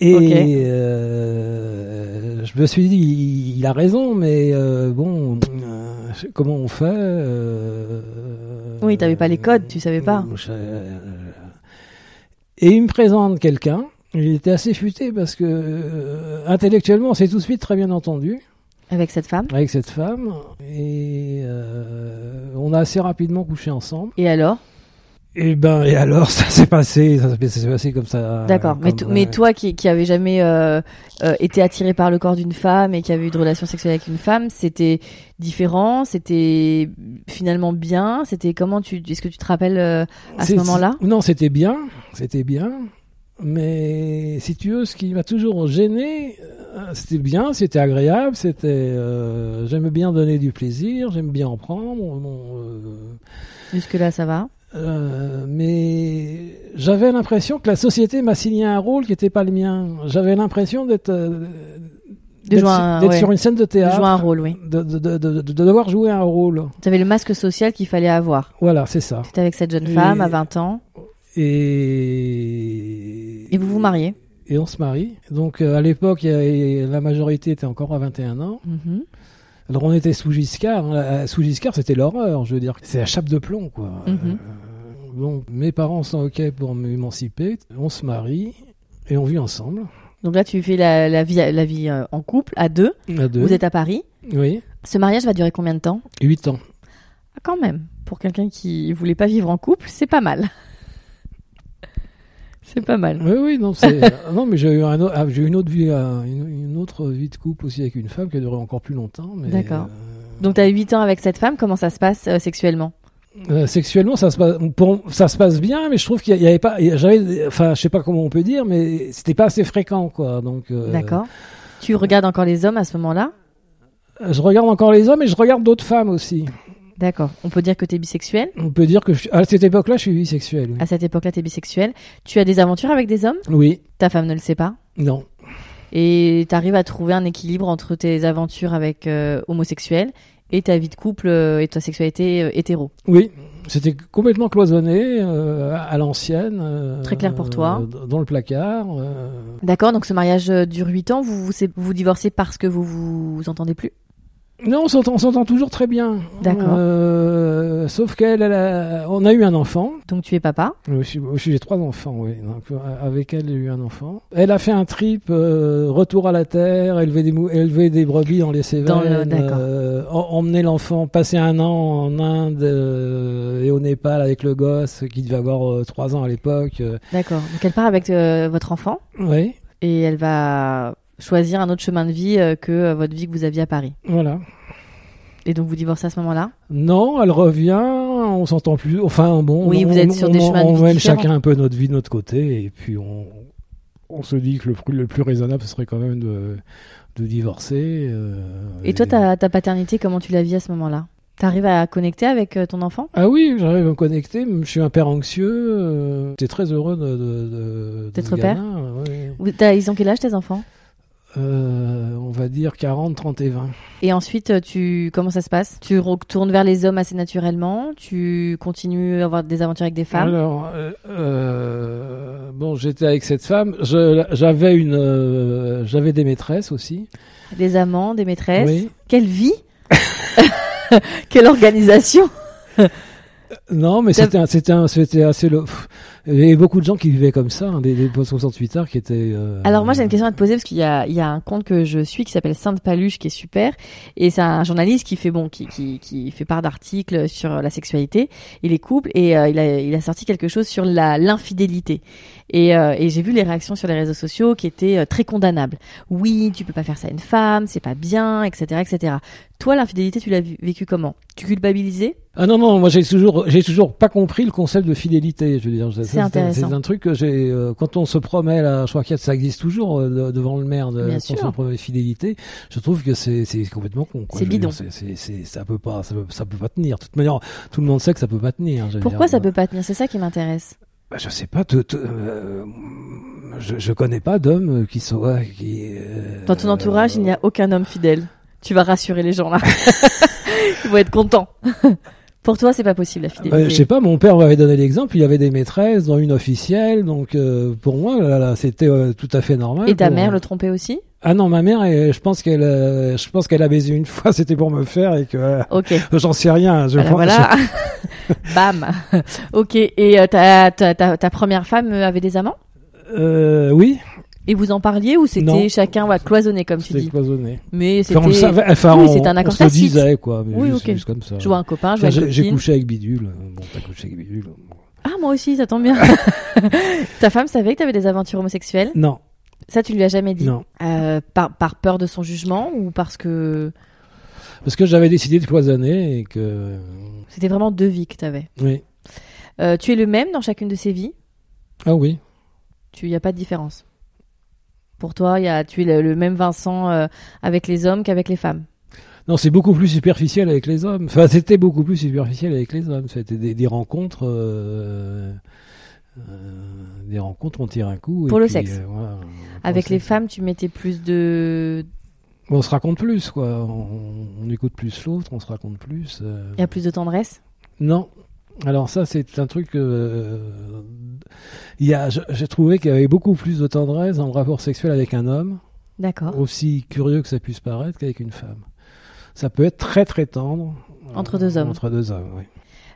Speaker 2: Et
Speaker 1: Ok.
Speaker 2: euh, je me suis dit, il, il a raison, mais euh, bon, euh, comment on fait euh,
Speaker 1: Oui, t'avais pas les codes, tu savais pas.
Speaker 2: Je- euh, Et il me présente quelqu'un. Il était assez futé parce que euh, intellectuellement, on s'est tout de suite très bien entendu
Speaker 1: Avec cette femme.
Speaker 2: avec cette femme et euh, on a assez rapidement couché ensemble.
Speaker 1: Et alors
Speaker 2: Et ben et alors ça s'est passé, ça s'est ça s'est passé comme ça.
Speaker 1: D'accord. Mais,
Speaker 2: comme,
Speaker 1: to-
Speaker 2: euh,
Speaker 1: mais toi qui, qui avais jamais euh, euh, été attiré par le corps d'une femme et qui avait eu de relation sexuelle avec une femme, c'était différent, c'était finalement bien, c'était comment tu est-ce que tu te rappelles euh, à ce
Speaker 2: c'est-
Speaker 1: moment-là
Speaker 2: Non, c'était bien, c'était bien. Mais si tu veux, ce qui m'a toujours gêné, euh, c'était bien, c'était agréable, c'était. euh, j'aime bien donner du plaisir, j'aime bien en prendre. bon, euh,
Speaker 1: Jusque là ça va.
Speaker 2: Euh, mais j'avais l'impression que la société m'assignait un rôle qui n'était pas le mien. J'avais l'impression d'être euh, d'être
Speaker 1: jouer
Speaker 2: su-
Speaker 1: un-
Speaker 2: d'être
Speaker 1: ouais.
Speaker 2: sur une scène de
Speaker 1: Tu
Speaker 2: théâtre,
Speaker 1: joues un rôle, oui.
Speaker 2: de, de- de- de- de devoir jouer un rôle.
Speaker 1: Tu avais le masque social qu'il fallait avoir.
Speaker 2: Voilà, c'est ça.
Speaker 1: T'étais avec cette jeune
Speaker 2: Et-
Speaker 1: femme à 20 ans
Speaker 2: Et
Speaker 1: et vous vous mariez.
Speaker 2: Et on se marie. Donc euh, à l'époque, il y avait- la majorité était encore à 21 ans.
Speaker 1: Mhm.
Speaker 2: Alors on était sous Giscard. hein. Euh, Sous Giscard, c'était l'horreur, je veux dire. C'est la chape de plomb, quoi.
Speaker 1: Mhm.
Speaker 2: Euh, donc mes parents sont OK pour m'émanciper. On se marie et on vit ensemble.
Speaker 1: Donc là tu fais la, la vie la vie euh, en couple à deux.
Speaker 2: À deux.
Speaker 1: Vous êtes à Paris.
Speaker 2: Oui,
Speaker 1: Ce mariage va durer combien de temps
Speaker 2: 8 ans.
Speaker 1: Ah, Quand même, pour quelqu'un qui voulait pas vivre en couple, c'est pas mal. C'est pas mal.
Speaker 2: Oui, oui, non, c'est- euh, non mais j'ai eu, un au- ah, j'ai eu une autre vie, euh, une, une autre vie de couple aussi avec une femme qui a duré encore plus longtemps. mais,
Speaker 1: D'accord.
Speaker 2: euh,
Speaker 1: Donc t'as 8 ans avec cette femme, comment ça se passe euh, sexuellement
Speaker 2: euh, sexuellement, ça se passe, pour- ça se passe bien, mais je trouve qu'il y a- il y avait pas, il y a- j'avais, enfin, je sais pas comment on peut dire, mais c'était pas assez fréquent, quoi. Donc, euh,
Speaker 1: D'accord. Tu regardes encore les hommes à ce moment-là
Speaker 2: Je regarde encore les hommes et je regarde d'autres femmes aussi.
Speaker 1: D'accord. On peut dire que t'es bisexuel
Speaker 2: On peut dire que je- à cette époque-là, je suis bisexuel. oui.
Speaker 1: À cette époque-là, t'es bisexuel. Tu as des aventures avec des hommes
Speaker 2: Oui.
Speaker 1: Ta femme ne le sait pas
Speaker 2: Non.
Speaker 1: Et t'arrives à trouver un équilibre entre tes aventures avec euh, homosexuels et ta vie de couple euh, et ta sexualité euh, hétéro.
Speaker 2: Oui. C'était complètement cloisonné euh, à l'ancienne. euh,
Speaker 1: Très clair pour toi.
Speaker 2: euh, dans le placard. euh,
Speaker 1: D'accord, donc ce mariage euh, dure 8 ans, vous vous, sé- vous divorcez parce que vous vous entendez plus
Speaker 2: Non, on s'entend, on s'entend toujours très bien.
Speaker 1: D'accord.
Speaker 2: Euh, sauf qu'elle, elle a- on a eu un enfant.
Speaker 1: Donc tu es papa
Speaker 2: Euh, je suis- je suis- J'ai trois enfants, oui. Donc, euh, avec elle, j'ai eu un enfant. Elle a fait un trip, euh, retour à la terre, élever des, mou- élever des brebis dans les
Speaker 1: Dans le-
Speaker 2: Cévennes,
Speaker 1: d'accord.
Speaker 2: euh, em- emmener l'enfant, passer un an en Inde euh, et au Népal avec le gosse qui devait avoir euh, trois ans à l'époque. euh.
Speaker 1: D'accord. Donc elle part avec euh, votre enfant
Speaker 2: oui,
Speaker 1: et elle va choisir un autre chemin de vie euh, que euh, votre vie que vous aviez à Paris.
Speaker 2: voilà.
Speaker 1: Et donc vous divorcez à ce moment-là
Speaker 2: Non, elle revient, on s'entend plus. Enfin, bon,
Speaker 1: Oui,
Speaker 2: on,
Speaker 1: vous êtes
Speaker 2: on-
Speaker 1: sur
Speaker 2: on-
Speaker 1: des chemins de
Speaker 2: on
Speaker 1: vie
Speaker 2: mène
Speaker 1: différents.
Speaker 2: chacun un peu notre vie de notre côté, et puis on, on se dit que le, plus- le plus raisonnable, ce serait quand même de, de divorcer. euh,
Speaker 1: Et toi, ta, ta paternité, comment tu la vis à ce moment-là T'arrives à connecter avec euh, ton enfant
Speaker 2: Ah oui, j'arrive à me connecter, je suis un père anxieux, euh, j'étais très heureux de... de, de- de
Speaker 1: D'être
Speaker 2: ce
Speaker 1: père
Speaker 2: gamin, ouais.
Speaker 1: Ou t'as- Ils ont quel âge tes enfants
Speaker 2: Euh, On va dire 40, 30 et 20.
Speaker 1: Et ensuite, euh, tu comment ça se passe Tu retournes vers les hommes assez naturellement Tu continues à avoir des aventures avec des femmes
Speaker 2: Alors, euh, euh, bon, j'étais avec cette femme, Je- j'avais une, euh, j'avais des maîtresses aussi.
Speaker 1: Des amants, des maîtresses
Speaker 2: Oui.
Speaker 1: Quelle vie Quelle organisation
Speaker 2: Non, mais
Speaker 1: T'as-
Speaker 2: c'était un- c'était un- c'était assez. lo- pff, Il y avait beaucoup de gens qui vivaient comme ça, hein, des, des post 68 heures qui étaient. euh,
Speaker 1: Alors moi, j'ai une question à te poser parce qu'il y a, il y a un compte que je suis qui s'appelle Sainte Paluche qui est super et c'est un journaliste qui fait bon qui qui, qui fait part d'articles sur la sexualité et les couples et euh, il a il a sorti quelque chose sur la l'infidélité. Et, euh, et j'ai vu les réactions sur les réseaux sociaux qui étaient euh, très condamnables. Oui, tu peux pas faire ça à une femme, c'est pas bien, etc., etc. Toi, l'infidélité, tu l'as vu- vécu comment Tu culpabilisais
Speaker 2: Ah non non, moi j'ai toujours, j'ai toujours pas compris le concept de fidélité. Je veux dire, Ça,
Speaker 1: C'est intéressant.
Speaker 2: C'est un truc que j'ai. euh, quand on se promet, là, je crois que ça existe toujours euh, de- devant le maire, de,
Speaker 1: Bien
Speaker 2: quand
Speaker 1: sûr.
Speaker 2: on se promet fidélité. Je trouve que c'est c'est complètement con. quoi.
Speaker 1: C'est
Speaker 2: Je veux
Speaker 1: bidon.
Speaker 2: dire, c'est- c'est- c'est- ça peut pas, ça peut, ça peut pas tenir. De toute manière, tout le monde sait que ça peut pas tenir. je veux
Speaker 1: Pourquoi
Speaker 2: dire.
Speaker 1: ça peut pas tenir C'est ça qui m'intéresse.
Speaker 2: Bah, je sais pas. te- te- euh, je, je connais pas d'hommes qui soient qui. euh,
Speaker 1: Dans ton entourage, il n'y a aucun homme fidèle. Tu vas rassurer les gens là. Ils vont être contents. Pour toi, c'est pas possible la fidélité.
Speaker 2: Ouais, je sais pas, mon père m'avait donné l'exemple, il avait des maîtresses, dont une officielle, donc euh, pour moi, là, là, c'était euh, tout à fait normal.
Speaker 1: Et ta
Speaker 2: Pour-
Speaker 1: mère le trompait aussi
Speaker 2: Ah non, ma mère, euh, je pense qu'elle euh, je pense qu'elle a baisé une fois, c'était pour me faire et que euh,
Speaker 1: Ok.
Speaker 2: j'en sais rien. Je
Speaker 1: Voilà,
Speaker 2: pense-
Speaker 1: voilà. Bam. ok. Et euh, ta, ta, ta, ta première femme euh, avait des amants
Speaker 2: Euh, oui,
Speaker 1: Et vous en parliez ou c'était
Speaker 2: Non.
Speaker 1: chacun va cloisonné comme tu
Speaker 2: c'était
Speaker 1: dis
Speaker 2: cloisonné.
Speaker 1: Mais
Speaker 2: Enfin, on le
Speaker 1: c'était.
Speaker 2: savait, enfin,
Speaker 1: Oui,
Speaker 2: on-
Speaker 1: c'était un
Speaker 2: on
Speaker 1: accord
Speaker 2: se le
Speaker 1: tacite.
Speaker 2: disait, quoi. Mais
Speaker 1: Oui,
Speaker 2: juste,
Speaker 1: ok.
Speaker 2: juste comme ça.
Speaker 1: Je vois un copain, je vois
Speaker 2: Enfin,
Speaker 1: une
Speaker 2: J'ai j'ai
Speaker 1: copine.
Speaker 2: couché avec Bidule. Bon, t'as couché avec Bidule.
Speaker 1: Ah, moi aussi, ça tombe bien. ta femme savait que t'avais des aventures homosexuelles
Speaker 2: Non,
Speaker 1: Ça, tu lui as jamais dit
Speaker 2: non.
Speaker 1: Euh, par, par peur de son jugement ou parce que
Speaker 2: Parce que j'avais décidé de cloisonner et que.
Speaker 1: c'était vraiment deux vies que t'avais
Speaker 2: Oui.
Speaker 1: Euh, tu es le même dans chacune de ces vies
Speaker 2: Ah oui.
Speaker 1: Tu n'y a pas de différence. Pour toi, y a, tu es le, le même Vincent euh, avec les hommes qu'avec les femmes.
Speaker 2: Non, c'est beaucoup plus superficiel avec les hommes. Enfin, c'était beaucoup plus superficiel avec les hommes. C'était des, des rencontres, euh, euh, des rencontres, on tire un coup. et
Speaker 1: Pour le
Speaker 2: puis,
Speaker 1: sexe.
Speaker 2: euh, voilà.
Speaker 1: Avec
Speaker 2: Pour le
Speaker 1: les
Speaker 2: sexe.
Speaker 1: femmes, tu mettais plus de.
Speaker 2: on se raconte plus, quoi. On, on écoute plus l'autre, on se raconte plus. euh.
Speaker 1: Il y a plus de tendresse.
Speaker 2: Non. Alors ça, c'est un truc. euh, il y a, je- j'ai trouvé qu'il y avait beaucoup plus de tendresse dans le rapport sexuel avec un homme,
Speaker 1: D'accord.
Speaker 2: aussi curieux que ça puisse paraître, qu'avec une femme. Ça peut être très très tendre.
Speaker 1: Entre deux hommes.
Speaker 2: Entre deux hommes, oui.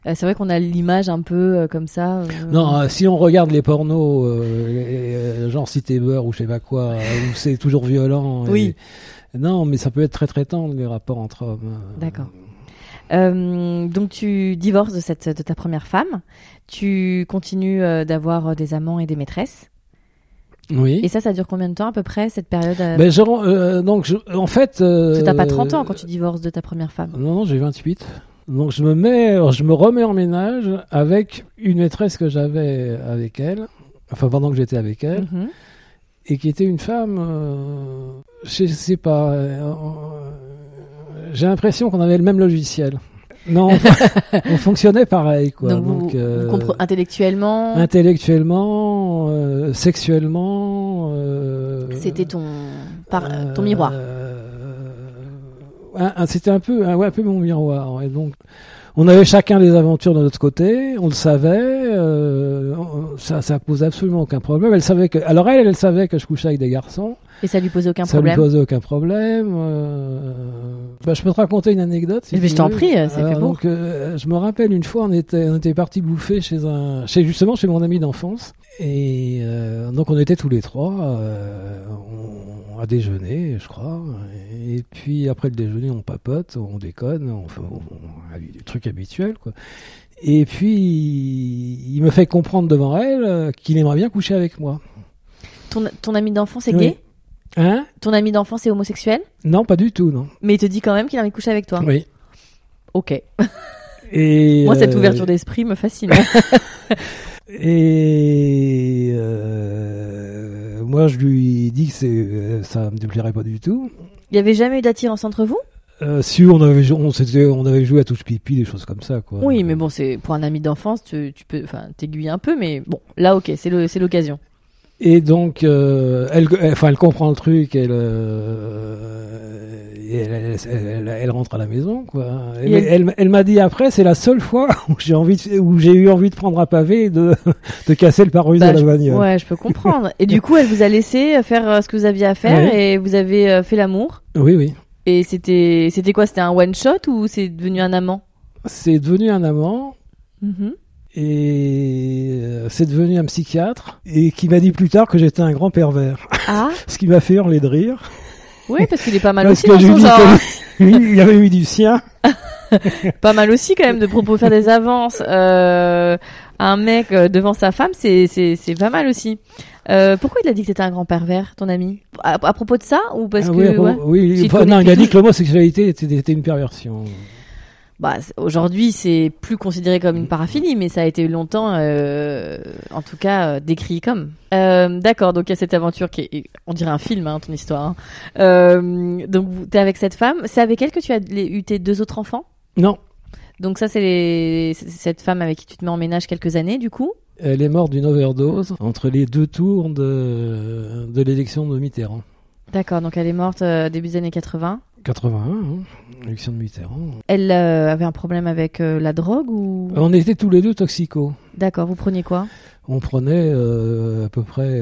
Speaker 1: Euh, c'est vrai qu'on a l'image un peu euh, comme ça. euh,
Speaker 2: Non, euh, si on regarde les pornos, euh, les- euh, genre Cité Beurre ou je sais pas quoi, euh, où c'est toujours violent. et-
Speaker 1: Oui.
Speaker 2: Non, mais ça peut être très très tendre les rapports entre hommes. euh.
Speaker 1: D'accord. Euh, donc tu divorces de, cette, de ta première femme, tu continues euh, d'avoir des amants et des maîtresses.
Speaker 2: Oui.
Speaker 1: Et ça, ça dure combien de temps à peu près, cette période euh,
Speaker 2: Ben, je ren- euh, donc, je- en fait.
Speaker 1: Parce
Speaker 2: Euh,
Speaker 1: que t'as pas 30 ans quand tu divorces de ta première femme.
Speaker 2: Non, non, j'ai 28. Donc je me mets, je me remets en ménage avec une maîtresse que j'avais avec elle, enfin pendant que j'étais avec elle,
Speaker 1: Mhm.
Speaker 2: et qui était une femme, euh, je sais pas, euh, euh, j'ai l'impression qu'on avait le même logiciel. Non, on fonctionnait pareil quoi.
Speaker 1: Donc, vous,
Speaker 2: euh,
Speaker 1: vous compre- intellectuellement,
Speaker 2: intellectuellement, euh, sexuellement. euh,
Speaker 1: c'était ton, par-
Speaker 2: euh,
Speaker 1: ton miroir.
Speaker 2: euh, un- un- C'était un peu, un, ouais, un peu mon miroir. Et donc, on avait chacun des aventures de notre côté, on le savait, euh, on- ça, ça posait absolument aucun problème. Elle savait que, alors elle, elle savait que je couchais avec des garçons,
Speaker 1: Et ça lui posait aucun
Speaker 2: ça
Speaker 1: problème.
Speaker 2: lui posait aucun problème. euh, bah, je peux te raconter une anecdote. si
Speaker 1: Mais
Speaker 2: tu
Speaker 1: je t'en
Speaker 2: veux.
Speaker 1: prie, c'est
Speaker 2: Alors,
Speaker 1: fait pour.
Speaker 2: donc, euh, je me rappelle une fois, on était, on était parti bouffer chez un, chez justement chez mon ami d'enfance, et euh, donc on était tous les trois euh, on, à déjeuner, je crois. Et puis après le déjeuner, on papote, on déconne, on fait on- on- le truc habituel, quoi. Et puis il me fait comprendre devant elle euh, qu'il aimerait bien coucher avec moi.
Speaker 1: Ton, ton ami d'enfance est
Speaker 2: Oui.
Speaker 1: gay
Speaker 2: Hein
Speaker 1: Ton ami d'enfance est homosexuel
Speaker 2: Non, pas du tout, non.
Speaker 1: Mais il te dit quand même qu'il a envie de coucher avec toi.
Speaker 2: Oui.
Speaker 1: Ok.
Speaker 2: Et
Speaker 1: Moi, cette
Speaker 2: euh,
Speaker 1: ouverture d'esprit me fascine.
Speaker 2: Et euh, moi, je lui dis que c'est, euh, ça me déplairait pas du tout.
Speaker 1: Il y avait jamais eu d'attirance entre vous
Speaker 2: Euh, si on avait, jou- on, s'était- on avait joué à touche pipi, des choses comme ça, quoi.
Speaker 1: Oui, mais bon, c'est pour un ami d'enfance, tu, tu peux, enfin, t'aiguilles un peu, mais bon, là, ok, c'est le, c'est l'occasion.
Speaker 2: Et donc, euh, elle, elle- enfin, elle comprend le truc, elle, euh, et elle, elle, elle- elle- elle rentre à la maison, quoi.
Speaker 1: Et
Speaker 2: Mais
Speaker 1: elle-
Speaker 2: elle, elle m'a dit après, c'est la seule fois où j'ai envie, de- où j'ai eu envie de prendre un pavé et de, de casser le pare-brise
Speaker 1: Bah,
Speaker 2: de
Speaker 1: je-
Speaker 2: la bagnole.
Speaker 1: Ouais, je peux comprendre. Et du coup, elle vous a laissé faire euh, ce que vous aviez à faire et vous avez euh, fait l'amour.
Speaker 2: Oui, oui.
Speaker 1: Et c'était, c'était quoi C'était un one shot ou c'est devenu un amant
Speaker 2: C'est devenu un amant. et euh, c'est devenu un psychiatre et qui m'a dit plus tard que j'étais un grand pervers,
Speaker 1: Ah,
Speaker 2: ce qui m'a fait hurler de rire.
Speaker 1: oui, parce qu'il est pas mal
Speaker 2: parce
Speaker 1: Bah, aussi
Speaker 2: que
Speaker 1: dans
Speaker 2: je
Speaker 1: son
Speaker 2: lui dis
Speaker 1: genre. hein.
Speaker 2: que lui, il avait eu du sien.
Speaker 1: Pas mal aussi quand même de propos faire des avances euh, à un mec euh, devant sa femme, c'est c'est c'est pas mal aussi. Euh, pourquoi il a dit que t'étais un grand pervers, ton ami à, à propos de ça ou parce
Speaker 2: Ah
Speaker 1: que
Speaker 2: oui,
Speaker 1: ouais.
Speaker 2: oui,
Speaker 1: S'il
Speaker 2: enfin,
Speaker 1: connaît
Speaker 2: non, il a
Speaker 1: plus
Speaker 2: dit que l'homosexualité était, était une perversion.
Speaker 1: Bah, c'est- aujourd'hui, c'est plus considéré comme une paraphilie, mais ça a été longtemps, euh, en tout cas, euh, décrit comme. Euh, D'accord, donc il y a cette aventure qui est, on dirait un film, hein, ton histoire. hein. Euh, donc vous- t'es avec cette femme, c'est avec elle que tu as les- eu tes deux autres enfants.
Speaker 2: Non,
Speaker 1: Donc ça, c'est les- c'est cette femme avec qui tu te mets en ménage quelques années, du coup.
Speaker 2: elle est morte d'une overdose entre les deux tours de, de l'élection de Mitterrand.
Speaker 1: D'accord, donc elle est morte euh, début des années 80.
Speaker 2: 81, hein, élection de Mitterrand.
Speaker 1: Elle euh, avait un problème avec euh, la drogue ou
Speaker 2: On était tous les deux toxicos.
Speaker 1: D'accord, vous preniez quoi
Speaker 2: On prenait euh, à peu près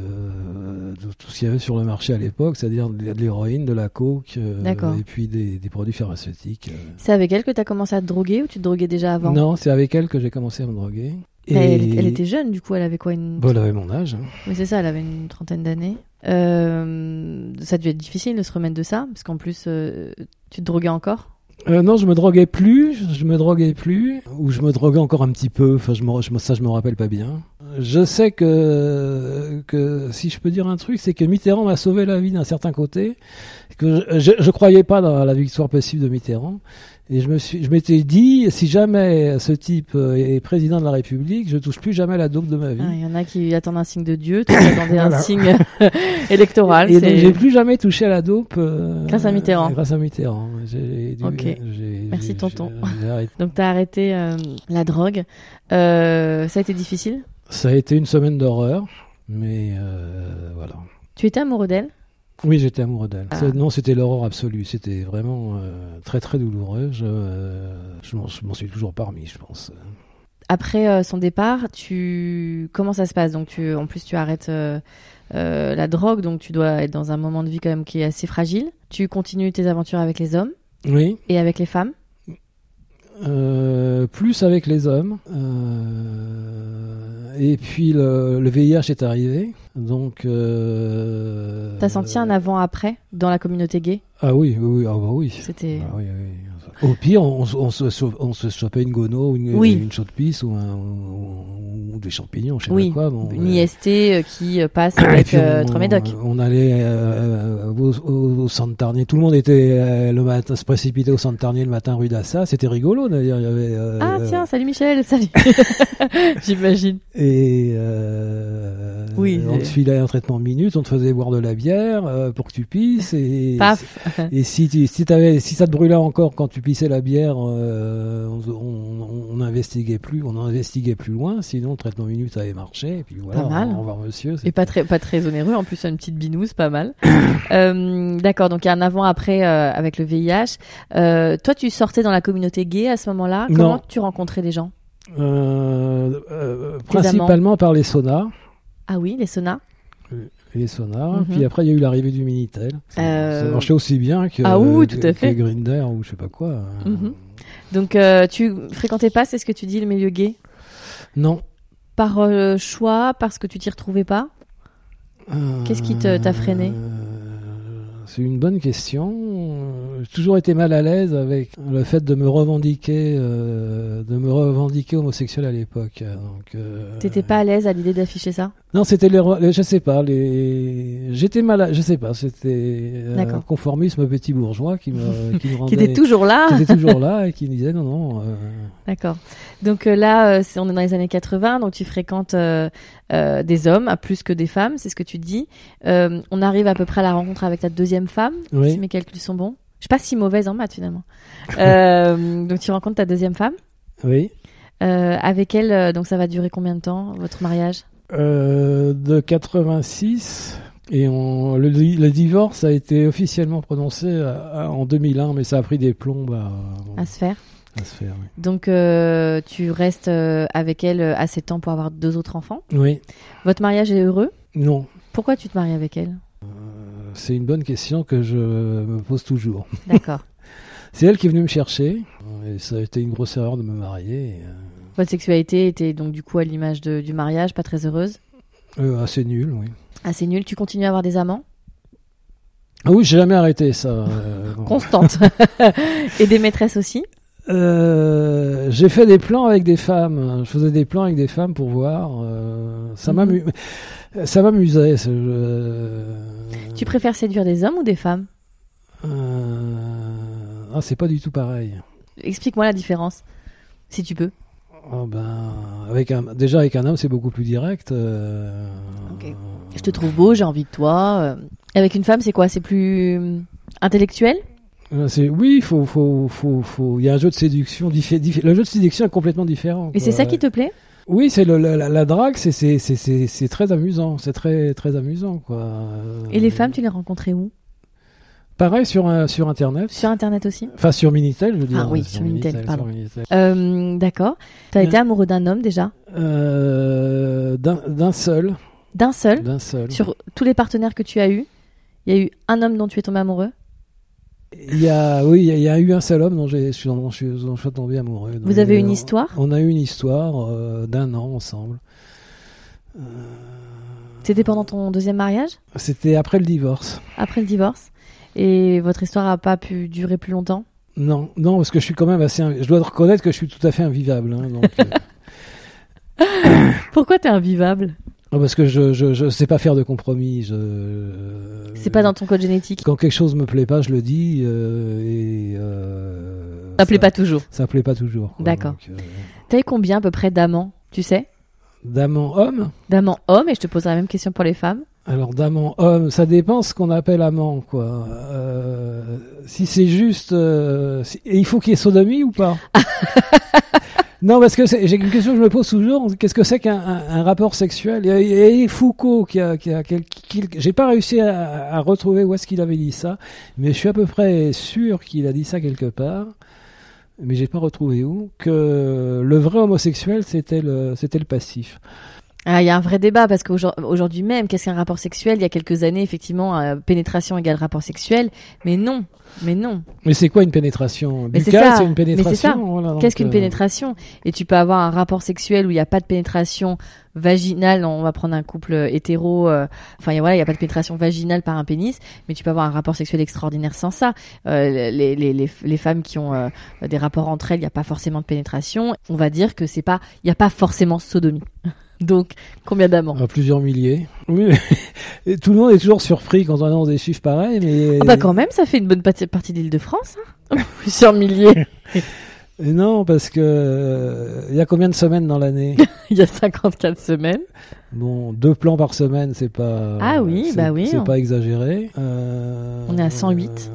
Speaker 2: euh, de tout ce qu'il y avait sur le marché à l'époque, c'est-à-dire de de l'héroïne, de la coke, euh,
Speaker 1: D'accord.
Speaker 2: et puis des, des produits pharmaceutiques. euh.
Speaker 1: C'est avec elle que t'as commencé à te droguer ou tu te droguais déjà avant
Speaker 2: Non, c'est avec elle que j'ai commencé à me droguer.
Speaker 1: Mais elle, elle était jeune, du coup, elle avait quoi une...
Speaker 2: Bon, elle avait mon âge. hein.
Speaker 1: Oui, c'est ça, elle avait une trentaine d'années. Euh, ça devait être difficile de se remettre de ça, parce qu'en plus, euh, tu te droguais encore.
Speaker 2: Euh, non, je me droguais plus, je me droguais plus, ou je me droguais encore un petit peu. Enfin, je me, je me- ça, je me rappelle pas bien. Je sais que que si je peux dire un truc, c'est que Mitterrand m'a sauvé la vie d'un certain côté. Que je, je, je croyais pas dans la victoire possible de Mitterrand, et je me suis, je m'étais dit, si jamais ce type euh, est président de la République, je touche plus jamais à la daube de ma vie.
Speaker 1: Ah, Il y en a qui attendent un signe de Dieu, tu attendais un
Speaker 2: Voilà.
Speaker 1: signe électoral.
Speaker 2: Et
Speaker 1: c'est-
Speaker 2: donc j'ai plus jamais touché à la dope. euh,
Speaker 1: Grâce à Mitterrand.
Speaker 2: Grâce à Mitterrand. J'ai dû-
Speaker 1: Ok.
Speaker 2: j'ai-
Speaker 1: Merci,
Speaker 2: j'ai-
Speaker 1: tonton.
Speaker 2: j'ai- j'ai arrêté.
Speaker 1: Donc t'as arrêté euh, la drogue. Euh, ça a été difficile
Speaker 2: Ça a été une semaine d'horreur, mais euh, voilà.
Speaker 1: Tu étais amoureux d'elle
Speaker 2: Oui, j'étais amoureux d'elle.
Speaker 1: Ah.
Speaker 2: C'est- Non, c'était l'horreur absolue. C'était vraiment euh, très très douloureux. Je, euh, je m'en- je m'en suis toujours parmi, je pense.
Speaker 1: Après euh, son départ, tu comment ça se passe Donc tu en plus tu arrêtes euh, euh, la drogue, donc tu dois être dans un moment de vie quand même qui est assez fragile. Tu continues tes aventures avec les hommes
Speaker 2: Oui.
Speaker 1: et avec les femmes.
Speaker 2: Euh, plus avec les hommes. Euh, et puis le, le VIH est arrivé. Donc. Euh,
Speaker 1: T'as senti un avant-après dans la communauté gay
Speaker 2: Ah oui, oui, oui, ah bah oui.
Speaker 1: C'était
Speaker 2: Ah oui, oui. Au pire, on, on se, sauve- on se chopait une gono, une,
Speaker 1: Oui.
Speaker 2: une chaudepisse ou, un- ou- ou des champignons, je sais
Speaker 1: oui,
Speaker 2: pas quoi. bon,
Speaker 1: une
Speaker 2: euh,
Speaker 1: IST euh, qui euh, passe
Speaker 2: et
Speaker 1: avec
Speaker 2: puis on,
Speaker 1: euh, trois médocs.
Speaker 2: on allait euh, au, au, au centre Tarnier. Tout le monde était euh, le matin, se précipitait au centre Tarnier le matin rue d'Assa. C'était rigolo d'ailleurs. Il y avait. euh,
Speaker 1: Ah tiens, salut Michel, salut. J'imagine.
Speaker 2: Et euh,
Speaker 1: Oui,
Speaker 2: on
Speaker 1: c'est-
Speaker 2: te filait un traitement minute, on te faisait boire de la bière euh, pour que tu pisses. Et,
Speaker 1: Paf.
Speaker 2: Et si, tu, si, t'avais- si ça te brûlait encore quand tu pissais la bière, euh, on- on on n'investiguait plus, on investiguait plus loin. Sinon, le traitement minute avait marché. Et puis voilà,
Speaker 1: Pas mal.
Speaker 2: au revoir monsieur. c'est-
Speaker 1: Et pas très, pas très onéreux, en plus une petite binouse, pas mal. Euh, D'accord, donc il y a un avant-après euh, avec le VIH. Euh, toi, tu sortais dans la communauté gay à ce moment-là.
Speaker 2: Non.
Speaker 1: Comment tu rencontrais les gens
Speaker 2: Euh, euh, principalement par les saunas.
Speaker 1: Ah oui, les sonas
Speaker 2: Les saunas.
Speaker 1: Mhm.
Speaker 2: Puis après, il y a eu l'arrivée du Minitel. Ça,
Speaker 1: Euh,
Speaker 2: ça marchait aussi bien que,
Speaker 1: ah oui,
Speaker 2: que-
Speaker 1: tout à
Speaker 2: que
Speaker 1: fait.
Speaker 2: Grindr ou je sais pas quoi. euh,
Speaker 1: Mhm. Donc euh, tu fréquentais pas, c'est ce que tu dis, le milieu gay
Speaker 2: Non.
Speaker 1: Par euh, choix, parce que tu t'y retrouvais pas Qu'est-ce qui te- t'a freiné
Speaker 2: Euh, C'est une bonne question. Euh, J'ai toujours été mal à l'aise avec le fait de me revendiquer, euh, de me revendiquer homosexuel à l'époque. Donc, euh,
Speaker 1: T'étais pas à l'aise à l'idée d'afficher ça
Speaker 2: Non, c'était les, re- les- je sais pas, les, j'étais mal, à- je sais pas, c'était euh, un
Speaker 1: D'accord.
Speaker 2: conformisme petit bourgeois qui me, qui me
Speaker 1: Qui
Speaker 2: rendait,
Speaker 1: était toujours là
Speaker 2: qui était toujours là et qui me disait non non. euh,
Speaker 1: D'accord. Donc euh, là, euh, c'est- on est dans les années 80, donc tu fréquentes euh, euh, des hommes à plus que des femmes, c'est ce que tu dis. Euh, on arrive à peu près à la rencontre avec ta deuxième femme,
Speaker 2: Oui.
Speaker 1: si mes calculs sont bons. Je suis pas si mauvaise en maths finalement. Euh, donc tu rencontres ta deuxième femme.
Speaker 2: Oui.
Speaker 1: Euh, avec elle, euh, donc ça va durer combien de temps votre mariage
Speaker 2: Euh, de 86. Et on, le, di- le divorce a été officiellement prononcé à- à- en 2001, mais ça a pris des plombes à,
Speaker 1: à se faire
Speaker 2: à se faire. oui.
Speaker 1: Donc euh, tu restes euh, avec elle euh, assez de temps pour avoir deux autres enfants.
Speaker 2: Oui,
Speaker 1: Votre mariage est heureux.
Speaker 2: non. Euh,
Speaker 1: Pourquoi tu te maries avec elle
Speaker 2: C'est une bonne question que je me pose toujours.
Speaker 1: D'accord.
Speaker 2: C'est elle qui est venue me chercher. euh, Et ça a été une grosse erreur de me marier. et,
Speaker 1: Votre sexualité était donc du coup à l'image de- du mariage, pas très heureuse.
Speaker 2: euh, euh, assez nul, oui.
Speaker 1: Assez nul. Tu continues à avoir des amants
Speaker 2: Ah oui, j'ai jamais arrêté ça. euh, non.
Speaker 1: Constante. et des maîtresses aussi
Speaker 2: Euh, j'ai fait des plans avec des femmes. Je faisais des plans avec des femmes pour voir. euh, ça
Speaker 1: Mhm.
Speaker 2: m'amu- ça m'amusait. ce jeu.
Speaker 1: Tu préfères séduire des hommes ou des femmes
Speaker 2: Euh, ah, c'est pas du tout pareil.
Speaker 1: Explique-moi la différence, si tu peux.
Speaker 2: Oh, ben, avec un, déjà avec un homme, c'est beaucoup plus direct. euh,
Speaker 1: Ok. Je te trouve beau, j'ai envie de toi. euh. Avec une femme, c'est quoi C'est plus euh, intellectuel
Speaker 2: euh, c'est oui, il faut, faut, faut, faut- Il y a un jeu de séduction diffé- diffé- Le jeu de séduction est complètement différent.
Speaker 1: Et c'est
Speaker 2: quoi.
Speaker 1: ça qui te plaît
Speaker 2: Oui, c'est le- la, la- la drague, c'est c'est- c'est- c'est- c'est très amusant, c'est très très amusant quoi. Euh,
Speaker 1: Et les femmes, tu les rencontrais où
Speaker 2: Pareil sur, un- sur Internet.
Speaker 1: Sur Internet aussi
Speaker 2: Enfin, sur Minitel, je veux dire.
Speaker 1: Ah oui,
Speaker 2: Euh,
Speaker 1: sur Minitel, pardon.
Speaker 2: sur Minitel.
Speaker 1: Euh, D'accord. Tu as
Speaker 2: Euh.
Speaker 1: été amoureux d'un homme déjà
Speaker 2: Euh, d'un d'un seul.
Speaker 1: D'un seul
Speaker 2: D'un seul.
Speaker 1: Sur tous les partenaires que tu as eus, il y a eu un homme dont tu es tombé amoureux
Speaker 2: Il y a, oui, il y a, il y a eu un seul homme dont j'ai- je suis, dont je suis- dont je suis tombé amoureux. Donc,
Speaker 1: Vous avez
Speaker 2: euh,
Speaker 1: une histoire
Speaker 2: On a eu une histoire euh, d'un an ensemble. Euh,
Speaker 1: C'était pendant ton deuxième mariage
Speaker 2: C'était après le divorce.
Speaker 1: après le divorce et votre histoire a pas pu durer plus longtemps.
Speaker 2: Non, non, parce que je suis quand même assez. invi- Je dois reconnaître que je suis tout à fait invivable. hein, donc, euh,
Speaker 1: Pourquoi t'es invivable
Speaker 2: non, parce que je, je, je sais pas faire de compromis. Je... euh,
Speaker 1: C'est pas dans ton code génétique.
Speaker 2: Quand quelque chose me plaît pas, je le dis. euh, et, euh,
Speaker 1: Ça plaît pas toujours.
Speaker 2: Ça plaît pas toujours. quoi.
Speaker 1: D'accord.
Speaker 2: Donc, euh,
Speaker 1: T'as eu combien à peu près d'amants, tu sais
Speaker 2: d'amant homme.
Speaker 1: D'amants hommes et je te poserai la même question pour les femmes.
Speaker 2: Alors d'amant homme, ça dépend ce qu'on appelle amant, quoi. Euh, si c'est juste, euh, si- et il faut qu'il y ait sodomie ou pas Non, parce que c'est- j'ai une question que je me pose toujours. Qu'est-ce que c'est qu'un un- un rapport sexuel Il y a- il y a Foucault qui a, qui a- qui a- qui- qui- j'ai pas réussi à, à retrouver où est-ce qu'il avait dit ça, mais je suis à peu près sûr qu'il a dit ça quelque part. Mais j'ai pas retrouvé où que le vrai homosexuel c'était le c'était le passif.
Speaker 1: Ah, il y a un vrai débat parce qu'aujourd'hui même, qu'est-ce qu'un rapport sexuel Il y a quelques années, effectivement, euh, pénétration égale rapport sexuel, mais non, mais non.
Speaker 2: Mais c'est quoi une pénétration
Speaker 1: Mais c'est
Speaker 2: Buccale,
Speaker 1: ça.
Speaker 2: c'est une pénétration.
Speaker 1: Mais c'est ça.
Speaker 2: voilà, donc,
Speaker 1: Qu'est-ce qu'une
Speaker 2: euh,
Speaker 1: pénétration Et tu peux avoir un rapport sexuel où il n'y a pas de pénétration vaginale. On va prendre un couple euh, hétéro. euh, enfin, il y a- voilà, il n'y a pas de pénétration vaginale par un pénis, mais tu peux avoir un rapport sexuel extraordinaire sans ça. Euh, les, les, les, les femmes qui ont euh, des rapports entre elles, il n'y a pas forcément de pénétration. On va dire que c'est pas, il n'y a pas forcément sodomie. Donc, combien d'amants
Speaker 2: à plusieurs milliers. Oui. Et tout le monde est toujours surpris quand on annonce des chiffres pareils, mais
Speaker 1: Ah bah quand même, ça fait une bonne pati- partie d'île de France. Hein Plusieurs milliers.
Speaker 2: Et non parce que euh, il y a combien de semaines dans l'année
Speaker 1: Il y a 54 semaines.
Speaker 2: Bon, deux plans par semaine, c'est pas.
Speaker 1: Ah oui,
Speaker 2: c'est-
Speaker 1: bah oui,
Speaker 2: C'est
Speaker 1: on-
Speaker 2: pas exagéré. Euh,
Speaker 1: On est à 108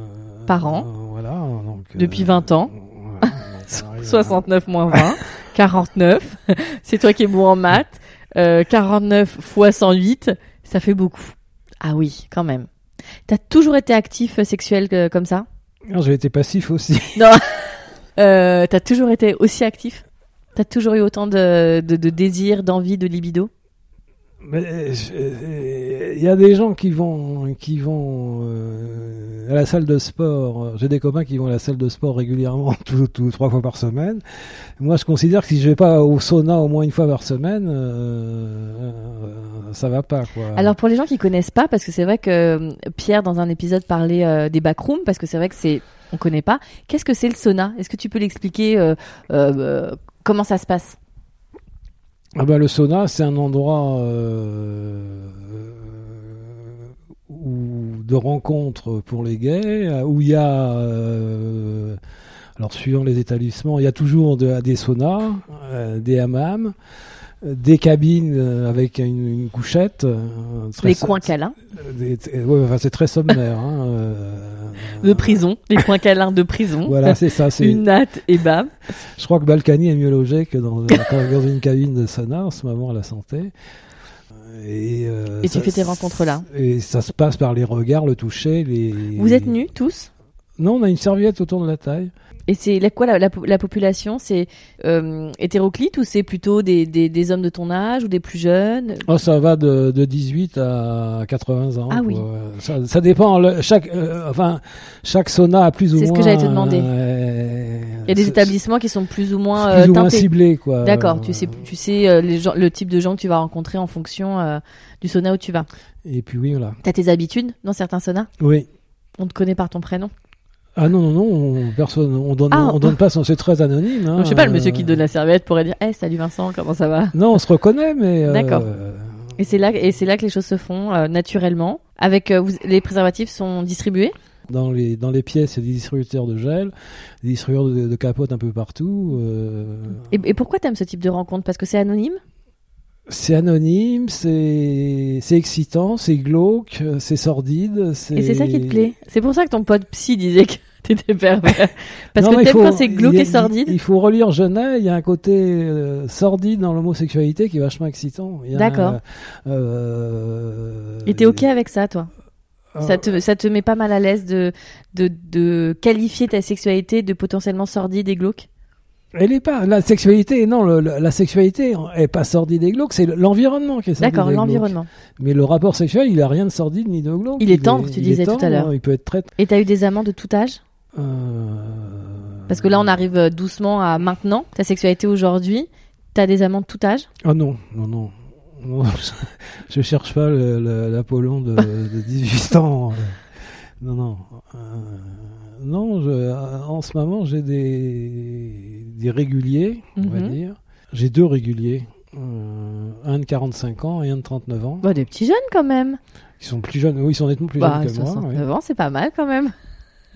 Speaker 1: par an.
Speaker 2: euh, Voilà. donc, euh,
Speaker 1: Depuis 20 ans.
Speaker 2: voilà, on arrive hein. à-
Speaker 1: 69 moins 20. 49. C'est toi qui es bon en maths. Euh, 49 fois 108, ça fait beaucoup. Ah oui, quand même. T'as toujours été actif euh, sexuel euh, comme ça
Speaker 2: Non, J'ai été passif aussi.
Speaker 1: Non. Euh, T'as toujours été aussi actif T'as toujours eu autant de, de, de désir, d'envie, de libido
Speaker 2: Mais je- il y a des gens qui vont qui vont euh, à la salle de sport. J'ai des copains qui vont à la salle de sport régulièrement, tout, tout trois fois par semaine. Moi, je considère que si je vais pas au sauna au moins une fois par semaine, euh, euh, ça va pas quoi.
Speaker 1: Alors pour les gens qui connaissent pas, parce que c'est vrai que euh, Pierre dans un épisode parlait euh, des backrooms, parce que c'est vrai que c'est on connaît pas. Qu'est-ce que c'est le sauna Est-ce que tu peux l'expliquer euh, euh, euh, comment ça se passe
Speaker 2: Ah bah, le sauna, c'est un endroit euh, euh, où- de rencontre pour les gays, euh, où il y a, euh, alors suivant les établissements, il y a toujours de- des saunas, euh, des hammams, euh, des cabines euh, avec une, une couchette. euh, très
Speaker 1: Les
Speaker 2: so-
Speaker 1: coins câlins
Speaker 2: des- t- ouais, enfin, c'est très sommaire. hein, euh,
Speaker 1: de prison, les coins câlins de prison.
Speaker 2: Voilà, c'est ça. c'est-
Speaker 1: Une natte et bam.
Speaker 2: Je crois que Balkany est mieux logé que dans, dans une cabine de sauna en ce moment à la santé. Et, euh,
Speaker 1: Et tu fais tes rencontres là.
Speaker 2: Et ça se passe par les regards, le toucher. Les...
Speaker 1: Vous êtes nus tous
Speaker 2: Non, on a une serviette autour de la taille.
Speaker 1: et c'est la- quoi la, la, la population C'est euh, hétéroclite ou c'est plutôt des, des, des hommes de ton âge ou des plus jeunes
Speaker 2: Oh, ça va de, de 18 à 80 ans.
Speaker 1: Ah
Speaker 2: quoi.
Speaker 1: oui.
Speaker 2: Ça, ça dépend. le- chaque, euh, enfin, chaque sauna a plus ou
Speaker 1: C'est
Speaker 2: moins.
Speaker 1: ce que j'allais te demander.
Speaker 2: euh,
Speaker 1: Il y a des
Speaker 2: ce-
Speaker 1: établissements qui sont plus ou moins
Speaker 2: plus
Speaker 1: euh,
Speaker 2: ou moins
Speaker 1: teintés.
Speaker 2: ciblés, quoi.
Speaker 1: D'accord, tu sais, tu sais euh, les gens, le type de gens que tu vas rencontrer en fonction euh, du sauna où tu vas.
Speaker 2: Et puis oui, voilà.
Speaker 1: T'as tes habitudes dans certains saunas
Speaker 2: Oui.
Speaker 1: On te connaît par ton prénom
Speaker 2: Ah non, non, non, on, personne, on donne,
Speaker 1: Ah.
Speaker 2: on donne pas, son- c'est très anonyme. hein.
Speaker 1: Je sais pas, le monsieur
Speaker 2: Euh,
Speaker 1: qui te donne la serviette pourrait dire Eh, salut Vincent, comment ça va
Speaker 2: Non, on se reconnaît, mais. euh,
Speaker 1: D'accord. Et c'est là, et c'est là que les choses se font euh, naturellement. Avec euh, vous- les préservatifs sont distribués.
Speaker 2: Dans les, dans les pièces, il y a des distributeurs de gel, des distributeurs de, de capotes un peu partout. euh,
Speaker 1: Et, et pourquoi t'aimes ce type de rencontre Parce que c'est anonyme.
Speaker 2: C'est anonyme, c'est c'est excitant, c'est glauque, euh, c'est sordide.
Speaker 1: Et c'est ça qui te plaît. C'est pour ça que ton pote psy disait que t'étais pervers. Parce
Speaker 2: Non,
Speaker 1: que
Speaker 2: mais
Speaker 1: t'aimes
Speaker 2: faut-
Speaker 1: quand c'est glauque
Speaker 2: il y a-
Speaker 1: et sordide.
Speaker 2: Il faut relire Genet, il y a un côté euh, sordide dans l'homosexualité qui est vachement excitant. Il y a un,
Speaker 1: D'accord.
Speaker 2: euh,
Speaker 1: Et t'es ok avec ça, toi
Speaker 2: Ah,
Speaker 1: Ça te, ça te met pas mal à l'aise de, de, de qualifier ta sexualité de potentiellement sordide et glauque
Speaker 2: euh, Elle est pas la sexualité. Non, le- le- la sexualité est pas sordide et glauque. C'est l'environnement qui est sordide.
Speaker 1: D'accord,
Speaker 2: et glauque.
Speaker 1: l'environnement.
Speaker 2: Mais le rapport sexuel, il a rien de sordide ni de glauque.
Speaker 1: Il est tendre, tu
Speaker 2: il
Speaker 1: disais
Speaker 2: est
Speaker 1: tout à
Speaker 2: tendre, hein,
Speaker 1: l'heure.
Speaker 2: Il peut être très.
Speaker 1: Et t'as eu des amants de tout âge
Speaker 2: euh,
Speaker 1: Parce que là, on arrive euh, doucement à maintenant. Ta sexualité aujourd'hui, t'as des amants de tout âge
Speaker 2: Ah non, non, non. Non, je cherche pas le- le- l'Apollon de, de 18 ans. Non, non. Euh, non, je- euh, en ce moment, j'ai des, des réguliers, on va
Speaker 1: Mhm.
Speaker 2: dire. J'ai deux réguliers. euh, un de 45 ans et un de 39 ans.
Speaker 1: Bah, des petits jeunes quand même.
Speaker 2: Ils sont plus jeunes, oui, ils sont nettement plus
Speaker 1: Bah,
Speaker 2: jeunes que moi.
Speaker 1: 69 ans, c'est pas mal quand même.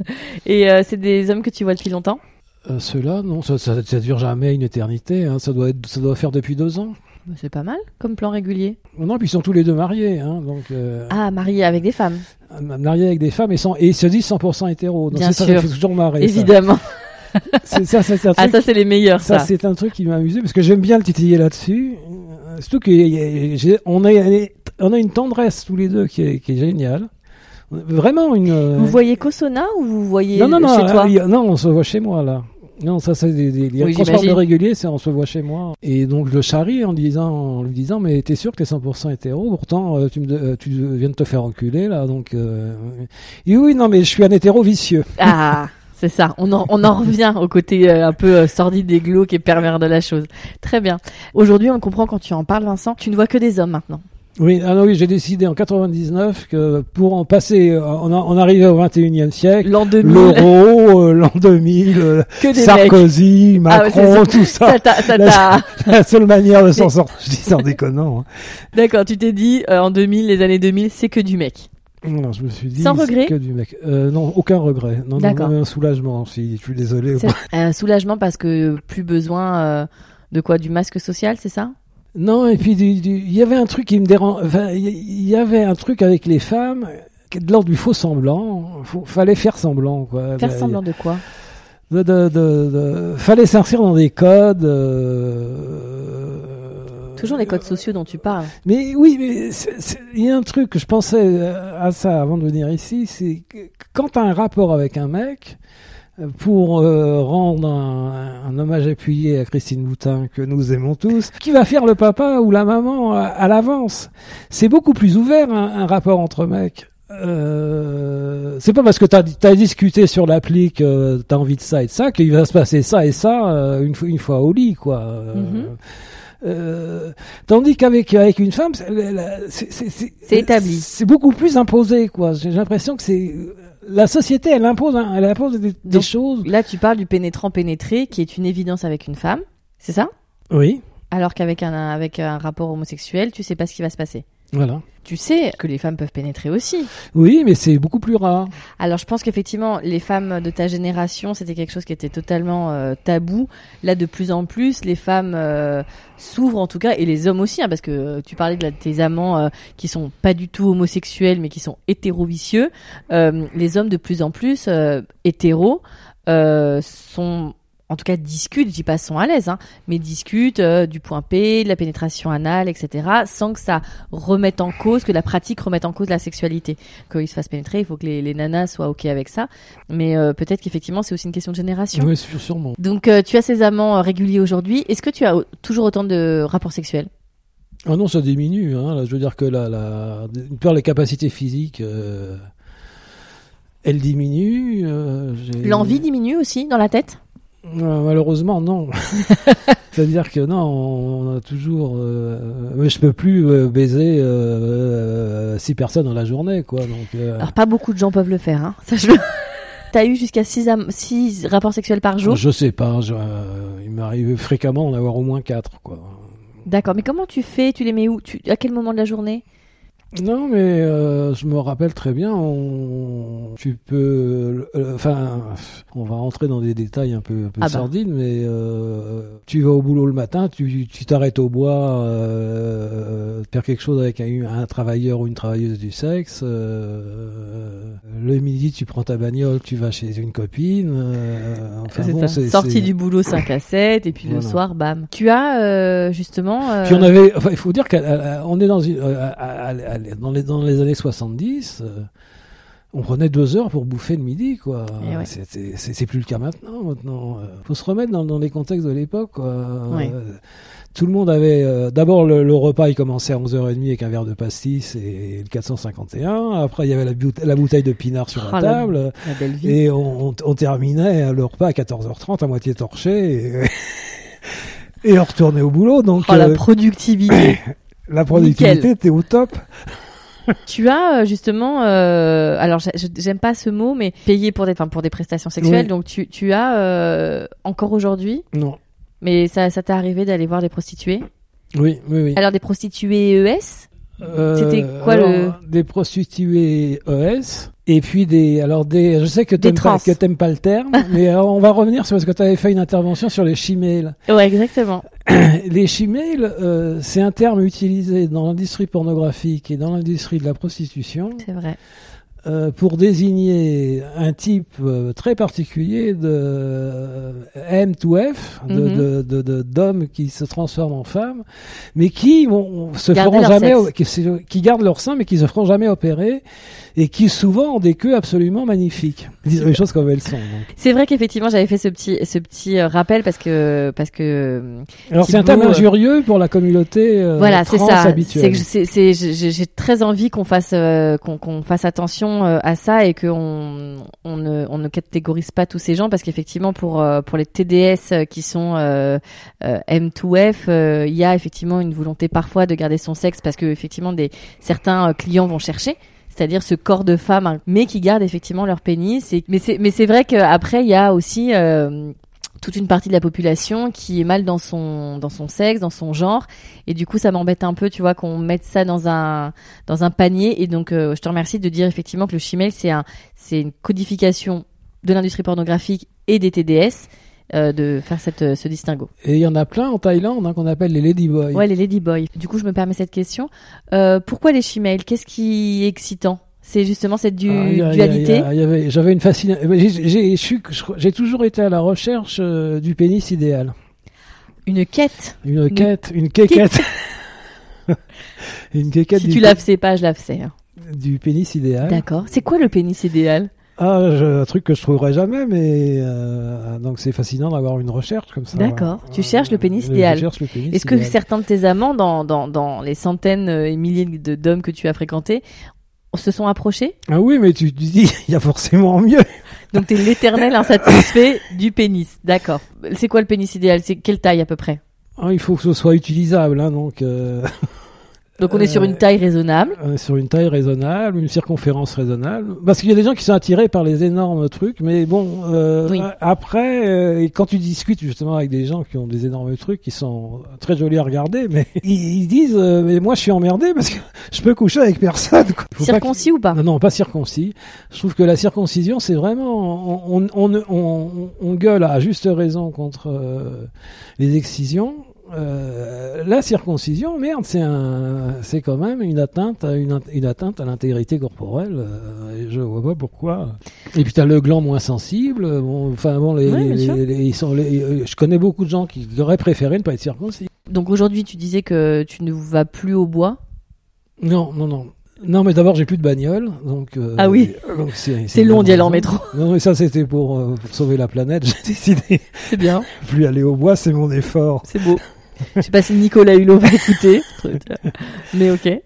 Speaker 1: Et euh, c'est des hommes que tu vois depuis longtemps
Speaker 2: oui. Euh, Ceux-là, non, ça, ça, ça dure jamais une éternité. hein. Ça doit être, ça doit faire depuis deux ans.
Speaker 1: Bah, C'est pas mal, comme plan régulier.
Speaker 2: Non, puis ils sont tous les deux mariés, hein, donc euh,
Speaker 1: Ah, marié avec des femmes,
Speaker 2: mariés avec des femmes et, sans, et ils se disent 100% hétéro. Donc
Speaker 1: Ah. Bien
Speaker 2: c'est ça, ça
Speaker 1: sûr.
Speaker 2: fait toujours marrer. ça.
Speaker 1: évidemment.
Speaker 2: C'est ça, c'est un
Speaker 1: Ah,
Speaker 2: truc.
Speaker 1: ça, c'est les meilleurs,
Speaker 2: ça,
Speaker 1: ça.
Speaker 2: c'est un truc qui m'a amusé parce que j'aime bien le titiller là-dessus. Euh, Surtout qu'on a, on a une tendresse tous les deux qui est, qui est géniale. Vraiment une. euh,
Speaker 1: Vous voyez qu'au sauna ou vous voyez
Speaker 2: non, euh, non, non,
Speaker 1: chez toi
Speaker 2: il y a- non, on se voit chez moi là. Non, ça c'est des, des liens.
Speaker 1: Oui,
Speaker 2: Transport de
Speaker 1: j'imagine.
Speaker 2: régulier, c'est on se voit chez moi. Et donc je le charrie en lui disant, en lui disant, mais t'es sûr que t'es 100% hétéro Pourtant, euh, tu, me, de- euh, tu viens de te faire enculer là. Donc, euh... et oui, non, mais je suis un hétéro vicieux.
Speaker 1: Ah, c'est ça. On en, on en revient au côté euh, un peu euh, sordide et glauque et pervers de la chose. Très bien. Aujourd'hui, on comprend quand tu en parles, Vincent. Tu ne vois que des hommes maintenant.
Speaker 2: Oui, alors oui, j'ai décidé en 99 que pour en passer, euh, on, a- on arrivait au 21e siècle.
Speaker 1: L'an 2000,
Speaker 2: L'euro, euh, l'an 2000, euh,
Speaker 1: que des mecs.
Speaker 2: Sarkozy,
Speaker 1: Ah ouais,
Speaker 2: Macron,
Speaker 1: c'est ça.
Speaker 2: tout ça.
Speaker 1: Ça t'a, ça
Speaker 2: La-
Speaker 1: t'a-
Speaker 2: La seule manière de s'en sortir, je dis en déconnant. hein.
Speaker 1: D'accord, tu t'es dit euh, en 2000, les années 2000, c'est que du mec.
Speaker 2: Non, je me suis dit.
Speaker 1: Sans
Speaker 2: c'est
Speaker 1: regret
Speaker 2: que du mec. Euh, non, aucun regret. Non, non,
Speaker 1: D'accord.
Speaker 2: non, un soulagement. Si, je suis désolé.
Speaker 1: C'est- Euh, soulagement parce que plus besoin euh, de quoi Du masque social, c'est ça
Speaker 2: Non, et puis du- du- il y avait un truc qui me dérange. Enfin, il y- il y avait un truc avec les femmes qui est de l'ordre du faux semblant. Faut- fallait faire semblant, quoi.
Speaker 1: Faire
Speaker 2: De-
Speaker 1: semblant de quoi
Speaker 2: de- de- de- de- fallait s'inscrire dans des codes. euh,
Speaker 1: Toujours les codes sociaux dont tu parles.
Speaker 2: Mais oui, mais c'est- c'est- il y a un truc que je pensais euh, à ça avant de venir ici, c'est que quand tu as un rapport avec un mec, euh, pour euh, rendre un, un hommage appuyé à Christine Boutin que nous aimons tous, qui va faire le papa ou la maman à, à l'avance C'est beaucoup plus ouvert un, un rapport entre mecs. Euh, c'est pas parce que t'as as discuté sur l'appli que t'as envie de ça et de ça qu'il va se passer ça et ça euh, une, fois- une fois au lit quoi. Euh,
Speaker 1: Mhm.
Speaker 2: euh, tandis qu'avec avec une femme, c'est- la- la- c'est c'est- c'est-
Speaker 1: C'est établi.
Speaker 2: C'est beaucoup plus imposé, quoi. J'ai l'impression que c'est la société, elle impose, hein, elle impose des, des
Speaker 1: Donc-
Speaker 2: choses.
Speaker 1: Là, tu parles du pénétrant pénétré, qui est une évidence avec une femme, c'est ça
Speaker 2: Oui,
Speaker 1: Alors qu'avec un, avec un rapport homosexuel, tu sais pas ce qui va se passer.
Speaker 2: voilà.
Speaker 1: Tu sais que les femmes peuvent pénétrer aussi.
Speaker 2: Oui, mais c'est beaucoup plus rare.
Speaker 1: Alors je pense qu'effectivement, les femmes de ta génération, c'était quelque chose qui était totalement euh, tabou. Là, de plus en plus, les femmes euh, s'ouvrent en tout cas, et les hommes aussi, hein, parce que euh, tu parlais de, la- de tes amants euh, qui sont pas du tout homosexuels, mais qui sont hétérovicieux. Euh, les hommes de plus en plus euh, hétéros euh, sont en tout cas discutent, je dis pas sont à l'aise, hein, mais discutent euh, du point P, de la pénétration anale, etc., sans que ça remette en cause, que la pratique remette en cause la sexualité qu'ils se fassent pénétrer, il faut que les, les nanas soient ok avec ça. Mais euh, peut-être qu'effectivement, c'est aussi une question de génération.
Speaker 2: Oui, sûre- sûrement.
Speaker 1: Donc, euh, tu as ces amants euh, réguliers aujourd'hui. Est-ce que tu as au- toujours autant de rapports sexuels
Speaker 2: Ah non, ça diminue. Hein. Là, je veux dire que la, la, d'une part, les capacités physiques, euh, elles diminuent. euh, j'ai-
Speaker 1: L'envie diminue aussi dans la tête
Speaker 2: Euh, Malheureusement, non. C'est-à-dire que non, on a toujours. euh, mais je peux plus euh, baiser euh, six personnes dans la journée, quoi. Donc, euh,
Speaker 1: Alors, pas beaucoup de gens peuvent le faire. Hein. Ça, je le- T'as eu jusqu'à 6 rapports sexuels par jour
Speaker 2: je sais pas. je- euh, il m'arrive fréquemment d'en avoir au moins quatre, quoi.
Speaker 1: D'accord. Mais comment tu fais Tu les mets où tu... À quel moment de la journée
Speaker 2: Non, mais euh, je me rappelle très bien. On, tu peux, euh, enfin, on va rentrer dans des détails un peu, un peu
Speaker 1: Ah bah.
Speaker 2: sordines, mais euh, tu vas au boulot le matin, tu tu t'arrêtes au bois, euh, faire quelque chose avec un, un travailleur ou une travailleuse du sexe. euh, le midi, tu prends ta bagnole, tu vas chez une copine. euh, enfin
Speaker 1: C'est
Speaker 2: bon,
Speaker 1: ça.
Speaker 2: c'est-
Speaker 1: Sortie
Speaker 2: c'est-
Speaker 1: du boulot 5 à 7, et puis le
Speaker 2: Voilà.
Speaker 1: soir, bam. Tu as euh, justement. euh,
Speaker 2: Puis on avait, enfin, il faut dire qu'on est dans, une- euh, à- à- à- dans, les, dans les années 70, euh, on prenait deux heures pour bouffer le midi, quoi.
Speaker 1: Eh ouais.
Speaker 2: C'était- C'est c'est plus le cas maintenant. Maintenant, Euh, faut se remettre dans, dans les contextes de l'époque. quoi.
Speaker 1: Ouais.
Speaker 2: Euh, Tout le monde avait, euh, d'abord le, le repas, il commençait à 11h30 avec un verre de pastis et le 451. Après, il y avait la, boute- la bouteille de pinard sur
Speaker 1: Oh, la-
Speaker 2: la table.
Speaker 1: La belle vie.
Speaker 2: Et on, on- on terminait le repas à 14h30 à moitié torché. Et, et on retournait au boulot. Donc,
Speaker 1: Oh, la
Speaker 2: euh,
Speaker 1: productivité
Speaker 2: la productivité,
Speaker 1: Nickel.
Speaker 2: t'es au top.
Speaker 1: Tu as euh, justement, euh, alors j'a- j'aime pas ce mot, mais payé pour des, enfin, pour des prestations sexuelles.
Speaker 2: Oui.
Speaker 1: Donc tu, tu as euh, encore aujourd'hui,
Speaker 2: Non.
Speaker 1: mais ça, ça t'est arrivé d'aller voir des prostituées.
Speaker 2: Oui, oui, oui.
Speaker 1: Alors des prostituées E ES,
Speaker 2: Euh,
Speaker 1: c'était quoi
Speaker 2: alors, Des prostituées ES. Et puis des. Alors, des. Je sais que
Speaker 1: Des
Speaker 2: t'aimes
Speaker 1: trans.
Speaker 2: pas, que t'aimes pas le terme, mais euh, on va revenir sur parce que t'avais fait une intervention sur les chimèles.
Speaker 1: ouais exactement.
Speaker 2: Les chimèles, euh, c'est un terme utilisé dans l'industrie pornographique et dans l'industrie de la prostitution
Speaker 1: C'est vrai.
Speaker 2: euh, pour désigner un type euh, très particulier de M to F, de-
Speaker 1: Mhm.
Speaker 2: de- de- de- d'hommes qui se transforment en femmes, mais qui vont, se
Speaker 1: Garder
Speaker 2: feront
Speaker 1: leur
Speaker 2: jamais,
Speaker 1: sexe.
Speaker 2: qui, se- qui gardent leur sein, mais qui se feront jamais opérer et qui souvent ont des queues absolument magnifiques. Ils disent les choses comme elles sont. donc.
Speaker 1: C'est vrai qu'effectivement, j'avais fait ce petit, ce petit euh, rappel parce que, parce que,
Speaker 2: Alors
Speaker 1: Petit
Speaker 2: c'est un terme
Speaker 1: bout, euh,
Speaker 2: injurieux pour la communauté euh,
Speaker 1: voilà, c'est
Speaker 2: trans
Speaker 1: ça. C'est
Speaker 2: habituelle.
Speaker 1: que je- c'est- c'est- j'ai j'ai très envie qu'on fasse, euh, qu'on qu'on fasse attention euh, à ça et qu'on on ne, on ne catégorise pas tous ces gens parce qu'effectivement, pour, euh, pour les TDS euh, qui sont euh, euh, M2F, euh, il y a effectivement une volonté parfois de garder son sexe parce que effectivement, des, certains euh, clients vont chercher. C'est-à-dire ce corps de femme, hein, mais qui garde effectivement leur pénis. Et... Mais c'est mais c'est vrai qu'après, il y a aussi euh, toute une partie de la population qui est mal dans son dans son sexe, dans son genre. Et du coup, ça m'embête un peu, tu vois, qu'on mette ça dans un dans un panier. Et donc, euh, je te remercie de dire effectivement que le shemale, c'est un c'est une codification de l'industrie pornographique et des TDS euh, de faire cette ce distinguo.
Speaker 2: Et il y en a plein en Thaïlande hein, qu'on appelle les ladyboys.
Speaker 1: Ouais, les ladyboys. Du coup, je me permets cette question. Euh, pourquoi les shemales Qu'est-ce qui est excitant C'est justement cette du-
Speaker 2: Ah, il y a- il y a- il y
Speaker 1: dualité.
Speaker 2: a- il y avait- J'avais une fascination. J'ai j'ai- je suis- je crois- j'ai toujours été à la recherche euh, du pénis idéal.
Speaker 1: Une quête.
Speaker 2: Une
Speaker 1: Une-
Speaker 2: quête, une quéquette. une quéquette
Speaker 1: Si
Speaker 2: du,
Speaker 1: tu
Speaker 2: Hein
Speaker 1: la sais pas, je la sais. hein.
Speaker 2: du pénis idéal.
Speaker 1: D'accord. C'est quoi le pénis idéal
Speaker 2: Ah, je- un truc que je trouverai jamais, mais euh, donc c'est fascinant d'avoir une recherche comme ça. Euh,
Speaker 1: D'accord. Tu cherches le pénis
Speaker 2: je
Speaker 1: idéal.
Speaker 2: cherche le pénis
Speaker 1: Est-ce que
Speaker 2: idéal.
Speaker 1: certains de tes amants, dans, dans, dans les centaines et milliers de- d'hommes que tu as fréquentés, se sont approchés
Speaker 2: Ah oui, mais tu te dis, il y a forcément mieux.
Speaker 1: Donc t'es l'éternel insatisfait du pénis. D'accord. C'est quoi le pénis idéal C'est quelle taille à peu près
Speaker 2: Ah, il faut que ce soit utilisable, hein, donc euh,
Speaker 1: Donc on est sur
Speaker 2: Euh,
Speaker 1: une taille raisonnable.
Speaker 2: euh, sur une taille raisonnable, une circonférence raisonnable. Parce qu'il y a des gens qui sont attirés par les énormes trucs, mais bon, euh,
Speaker 1: Oui.
Speaker 2: après, euh, et quand tu discutes justement avec des gens qui ont des énormes trucs, qui sont très jolis à regarder, mais ils, ils disent, euh, mais moi je suis emmerdé parce que je peux coucher avec personne. quoi. Faut pas que-
Speaker 1: Circoncis ou pas
Speaker 2: Non, non, pas circoncis. Je trouve que la circoncision, c'est vraiment. On, on, on, on- on gueule à juste raison contre euh, les excisions. Euh, la circoncision, merde, c'est un, c'est quand même une atteinte, à une, une atteinte à l'intégrité corporelle. euh, et je vois pas pourquoi. Et puis t'as le gland moins sensible. euh, bon, Enfin bon, les,
Speaker 1: Ouais, bien
Speaker 2: les-
Speaker 1: sûr.
Speaker 2: les- ils sont. les- euh, je connais beaucoup de gens qui auraient préféré ne pas être circoncis.
Speaker 1: Donc aujourd'hui tu disais que tu ne vas plus au bois.
Speaker 2: Non, non, non. Non, mais d'abord j'ai plus de bagnole, donc euh,
Speaker 1: Ah oui.
Speaker 2: donc
Speaker 1: C'est long d'y aller en
Speaker 2: raison.
Speaker 1: métro.
Speaker 2: Non, mais ça, c'était pour, euh, pour sauver la planète. J'ai décidé
Speaker 1: C'est bien,
Speaker 2: plus aller au bois, c'est mon effort.
Speaker 1: c'est beau. Je sais pas si Nicolas Hulot va écouter, mais ok.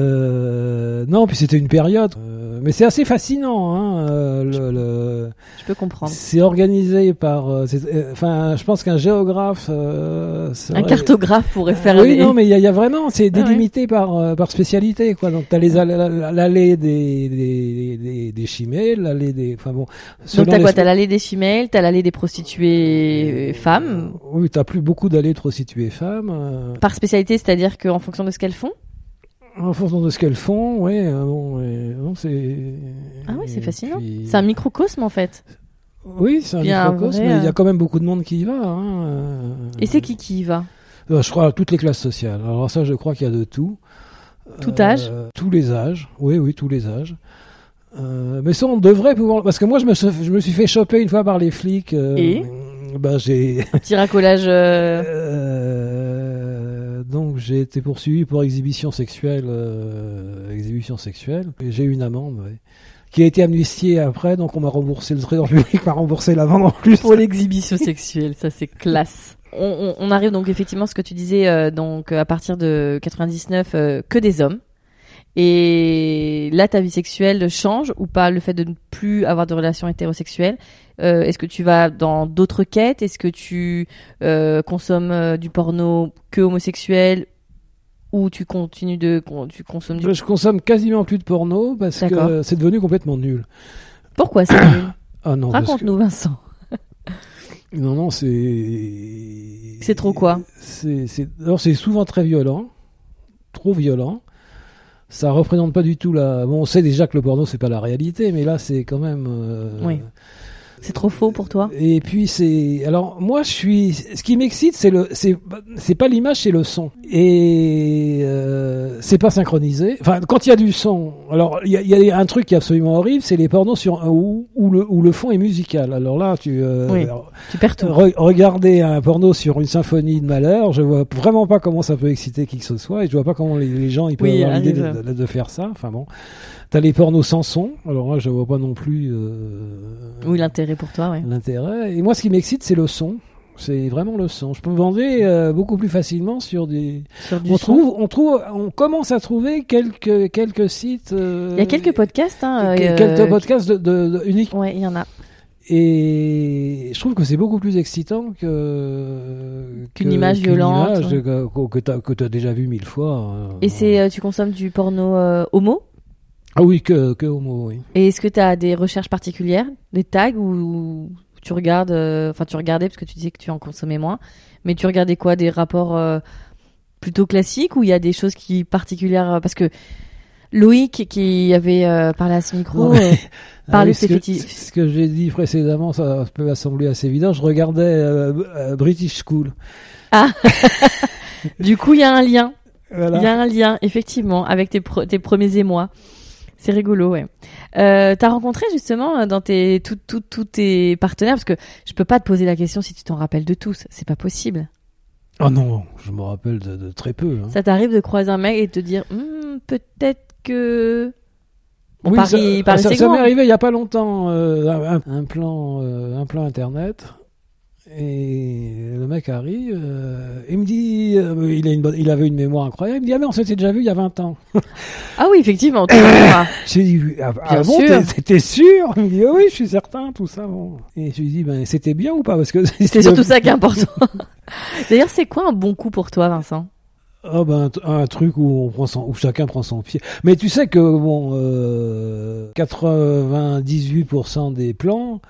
Speaker 2: Euh, non, puis c'était une période. Euh, mais c'est assez fascinant. Hein, euh, le, le-
Speaker 1: Je peux comprendre.
Speaker 2: C'est organisé par. euh, c'est- euh, Enfin, je pense qu'un géographe. euh,
Speaker 1: Un
Speaker 2: serait-
Speaker 1: cartographe pourrait faire
Speaker 2: Oui,
Speaker 1: les-
Speaker 2: non, mais il y, a- il y a vraiment, c'est
Speaker 1: Ah ouais. Ah.
Speaker 2: délimité par, euh, par spécialité, quoi. Donc, t'as les all- l'allée des, des, des, des chimées, l'allée des, enfin bon. selon
Speaker 1: Donc t'as
Speaker 2: les
Speaker 1: quoi
Speaker 2: spé-
Speaker 1: T'as l'allée des chimelles, t'as l'allée des prostituées euh, femmes
Speaker 2: Oui, t'as plus beaucoup d'allées trop situées femmes. euh,
Speaker 1: par spécialité, c'est-à-dire qu'en fonction de ce qu'elles font.
Speaker 2: En fonction de ce qu'elles font, ouais, euh, bon, et- bon, c'est.
Speaker 1: Ah oui, c'est
Speaker 2: et
Speaker 1: fascinant.
Speaker 2: puis-
Speaker 1: C'est un microcosme en fait.
Speaker 2: Oui, c'est un
Speaker 1: il y a un
Speaker 2: microcosme,
Speaker 1: vrai,
Speaker 2: mais il y
Speaker 1: euh,
Speaker 2: a quand même beaucoup de monde qui y va. hein, euh,
Speaker 1: Et c'est qui qui y va
Speaker 2: euh, Je crois toutes les classes sociales. Alors ça, je crois qu'il y a de tout. Euh,
Speaker 1: Tout âge
Speaker 2: Tous les âges. Oui, oui, tous les âges. Euh, mais ça, on devrait pouvoir. Parce que moi, je me suis, je me suis fait choper une fois par les flics. euh,
Speaker 1: Et
Speaker 2: ben, j'ai.
Speaker 1: Un petit racolage. euh,
Speaker 2: Euh, donc j'ai été poursuivi pour exhibition sexuelle, euh, exhibition sexuelle, et j'ai eu une amende, ouais. qui a été amnistiée après, donc on m'a remboursé, le trésor public m'a remboursé l'amende en plus.
Speaker 1: pour l'exhibition sexuelle, ça c'est classe. On, on- on arrive donc effectivement à ce que tu disais euh, donc à partir de 99 euh, que des hommes. Et là ta vie sexuelle change ou pas le fait de ne plus avoir de relations hétérosexuelles. Euh, Est-ce que tu vas dans d'autres quêtes Est-ce que tu euh, consommes euh, du porno que homosexuel ou tu continues de con- tu consommes du
Speaker 2: Je consomme quasiment plus de porno parce
Speaker 1: D'accord.
Speaker 2: que c'est devenu complètement nul.
Speaker 1: Pourquoi c'est nul
Speaker 2: Ah non, parce que-
Speaker 1: Raconte-nous Vincent.
Speaker 2: non, non, c'est.
Speaker 1: C'est trop quoi
Speaker 2: C'est c'est- alors, c'est souvent très violent, trop violent. Ça représente pas du tout la. Bon, on sait déjà que le porno c'est pas la réalité, mais là c'est quand même. euh,
Speaker 1: Oui. C'est trop faux pour toi
Speaker 2: Et puis c'est alors moi je suis ce qui m'excite c'est le c'est c'est pas l'image c'est le son et euh, c'est pas synchronisé enfin quand il y a du son alors il y a, il y a un truc qui est absolument horrible c'est les pornos sur où, où le où le fond est musical alors là tu euh,
Speaker 1: Oui.
Speaker 2: alors,
Speaker 1: Tu perds tout.
Speaker 2: Euh, re- regarder un porno sur une symphonie de malheur je vois vraiment pas comment ça peut exciter qui que ce soit et je vois pas comment les, les gens ils peuvent
Speaker 1: Oui,
Speaker 2: avoir l'idée de,
Speaker 1: arrive.
Speaker 2: de- de faire ça enfin bon T'as les pornos sans son. Alors moi, je vois pas non plus euh,
Speaker 1: Oui, l'intérêt pour toi, ouais.
Speaker 2: l'intérêt. Et moi, ce qui m'excite, c'est le son. C'est vraiment le son. Je peux me bander euh, beaucoup plus facilement sur des.
Speaker 1: Sur du
Speaker 2: On
Speaker 1: son.
Speaker 2: trouve, on trouve, on commence à trouver quelques quelques sites. euh,
Speaker 1: Il y a quelques podcasts. Hein,
Speaker 2: quel-
Speaker 1: euh,
Speaker 2: quelques
Speaker 1: qui-
Speaker 2: podcasts de, de- de- uniques.
Speaker 1: Ouais, il y en a.
Speaker 2: Et je trouve que c'est beaucoup plus excitant que
Speaker 1: Qu'une
Speaker 2: que-
Speaker 1: image
Speaker 2: qu'une
Speaker 1: violente,
Speaker 2: image
Speaker 1: ouais.
Speaker 2: que que- que t'as que t'as déjà vu mille fois. euh.
Speaker 1: Et c'est, euh, tu consommes du porno euh, homo
Speaker 2: ah oui que que homo oui.
Speaker 1: Et est-ce que tu as des recherches particulières, des tags ou tu regardes, euh, enfin tu regardais parce que tu disais que tu en consommais moins, mais tu regardais quoi Des rapports euh, plutôt classiques ou il y a des choses qui particulières euh, Parce que Loïc qui avait euh, parlé à ce micro,
Speaker 2: Ouais.
Speaker 1: euh, Parler
Speaker 2: oui,
Speaker 1: de ses
Speaker 2: ce que-
Speaker 1: fétiches.
Speaker 2: Ce que j'ai dit précédemment, ça peut sembler assez évident. Je regardais euh, euh, British School.
Speaker 1: du coup il y a un lien, il
Speaker 2: Voilà.
Speaker 1: y a un lien effectivement avec tes, pro- tes premiers émois. C'est rigolo, ouais. Euh, T'as rencontré justement euh, dans tes tout- tout- tous tes partenaires parce que je peux pas te poser la question si tu t'en rappelles de tous, c'est pas possible.
Speaker 2: Oh non, je me rappelle de, de très peu. hein.
Speaker 1: Ça t'arrive de croiser un mec et de te dire Hmm, peut-être que. Bon,
Speaker 2: Oui,
Speaker 1: Paris-
Speaker 2: ça, ah,
Speaker 1: Paris,
Speaker 2: ça-
Speaker 1: c'est
Speaker 2: ça
Speaker 1: grand.
Speaker 2: m'est arrivé il n'y a pas longtemps, euh, un, un plan, euh, un plan internet. Et le mec arrive, euh, il me dit, euh, il, a une bonne- il avait une mémoire incroyable, il me dit, ah mais on s'était déjà vu il y a 20 ans.
Speaker 1: Ah oui, effectivement. tu vois.
Speaker 2: J'ai dit, ah, ah
Speaker 1: Bien
Speaker 2: bon,
Speaker 1: sûr.
Speaker 2: t'es- t'es- t'es sûr Il me dit, Ah oui, je suis certain, tout ça. Bon. Et je lui dis, ben, c'était bien ou pas Parce que
Speaker 1: c'est surtout ça qui est important. D'ailleurs, c'est quoi un bon coup pour toi, Vincent
Speaker 2: Ah ben, un t- un truc où, on prend son- où chacun prend son pied. Mais tu sais que bon, euh, 98% des plans,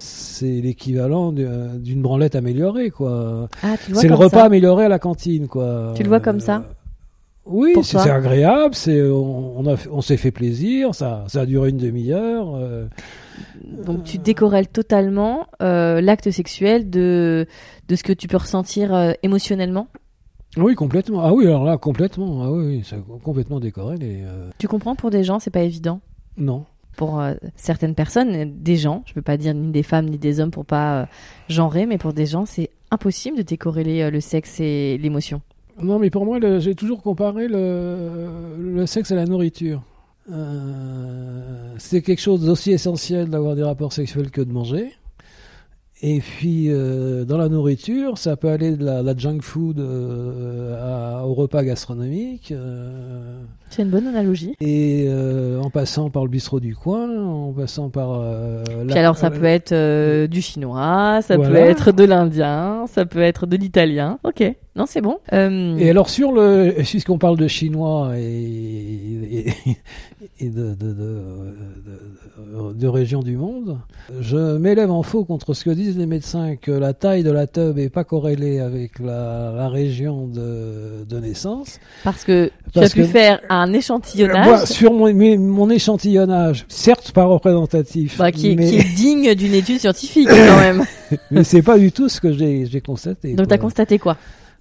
Speaker 2: c'est l'équivalent du- euh, d'une branlette améliorée, quoi.
Speaker 1: Ah, tu
Speaker 2: C'est le repas amélioré à la cantine, quoi.
Speaker 1: Tu le vois comme ça
Speaker 2: Euh, Oui,
Speaker 1: Pour
Speaker 2: c'est
Speaker 1: toi
Speaker 2: c'est agréable. C'est on, on a fait- on s'est fait plaisir. Ça, ça a duré une demi-heure. euh,
Speaker 1: Donc, tu décorrèles totalement euh, l'acte sexuel de, de ce que tu peux ressentir euh, émotionnellement.
Speaker 2: Oui, complètement. Ah oui, alors là, complètement. Ah oui, oui, c'est complètement décoré. les, euh,
Speaker 1: Tu comprends Pour des gens, c'est pas évident.
Speaker 2: Non.
Speaker 1: Pour euh, certaines personnes, euh, des gens, je peux pas dire ni des femmes ni des hommes pour pas euh, genrer, mais pour des gens, c'est impossible de décorréler euh, le sexe et l'émotion.
Speaker 2: Non, mais pour moi, le- j'ai toujours comparé le, le sexe à la nourriture. Euh, c'est quelque chose d'aussi essentiel d'avoir des rapports sexuels que de manger. Et puis, euh, dans la nourriture, ça peut aller de la, la junk food euh, à- au repas gastronomique, euh,
Speaker 1: C'est une bonne analogie.
Speaker 2: et euh, en passant par le bistrot du coin, en passant par... euh, la-
Speaker 1: Puis alors, ça peut être euh, du chinois, ça peut
Speaker 2: Voilà.
Speaker 1: être de l'indien, ça peut être de l'italien. Ok, non, c'est bon. Euh,
Speaker 2: Et alors sur le, puisqu'on parle de chinois et, et, et de, de, de, de- de régions du monde, je m'élève en faux contre ce que disent les médecins que la taille de la tub est pas corrélée avec la, la région de, de naissance.
Speaker 1: parce que tu
Speaker 2: parce
Speaker 1: as pu
Speaker 2: que-
Speaker 1: faire un échantillonnage
Speaker 2: Moi, sur mon, mes- mon échantillonnage, certes pas représentatif,
Speaker 1: bah, qui, est-
Speaker 2: mais,
Speaker 1: qui est digne d'une étude scientifique quand même.
Speaker 2: mais c'est pas du tout ce que j'ai j'ai constaté.
Speaker 1: Donc,
Speaker 2: quoi.
Speaker 1: t'as constaté quoi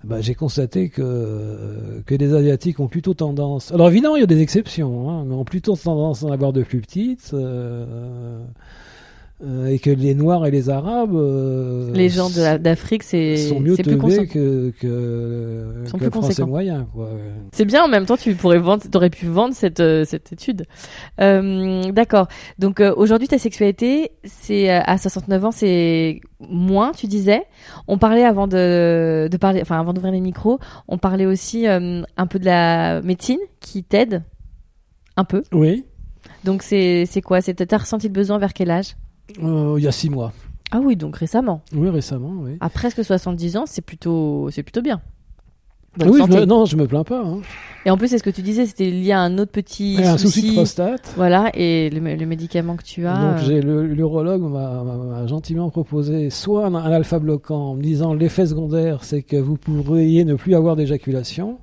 Speaker 2: Bah, j'ai constaté que, euh, que les Asiatiques ont plutôt tendance. Alors évidemment, il y a des exceptions, hein, mais ont plutôt tendance à en avoir de plus petites. euh, euh, et que les Noirs et les Arabes. euh,
Speaker 1: Les gens de la- d'Afrique, c'est
Speaker 2: sont mieux
Speaker 1: c'est plus conscient.
Speaker 2: teubés que, que,
Speaker 1: Sont
Speaker 2: que
Speaker 1: plus
Speaker 2: le français
Speaker 1: conséquents.
Speaker 2: moyen. Quoi.
Speaker 1: C'est bien, en même temps, tu pourrais vendre, t'aurais pu vendre cette, euh, cette étude. Euh, D'accord. Donc euh, aujourd'hui, ta sexualité, c'est euh, à 69 ans, c'est moins, tu disais. On parlait avant de, de parler, enfin avant d'ouvrir les micros, on parlait aussi euh, un peu de la médecine qui t'aide un peu.
Speaker 2: Oui,
Speaker 1: Donc c'est c'est quoi C'est t'as ressenti le besoin vers quel âge
Speaker 2: euh, il y a six mois.
Speaker 1: Ah oui, donc récemment.
Speaker 2: Oui, récemment, oui.
Speaker 1: À presque 70 ans, c'est plutôt c'est plutôt bien. Ah, Bonne
Speaker 2: oui je
Speaker 1: santé.
Speaker 2: me- non, je me plains pas. hein.
Speaker 1: Et en plus, c'est ce que tu disais, c'était lié à un autre petit
Speaker 2: Il y a un souci de prostate.
Speaker 1: Voilà, et le, le médicament que tu as.
Speaker 2: Donc
Speaker 1: euh,
Speaker 2: j'ai le- l'urologue m'a- m'a m'a gentiment proposé soit un, un alpha bloquant en me disant l'effet secondaire c'est que vous pourriez ne plus avoir d'éjaculation,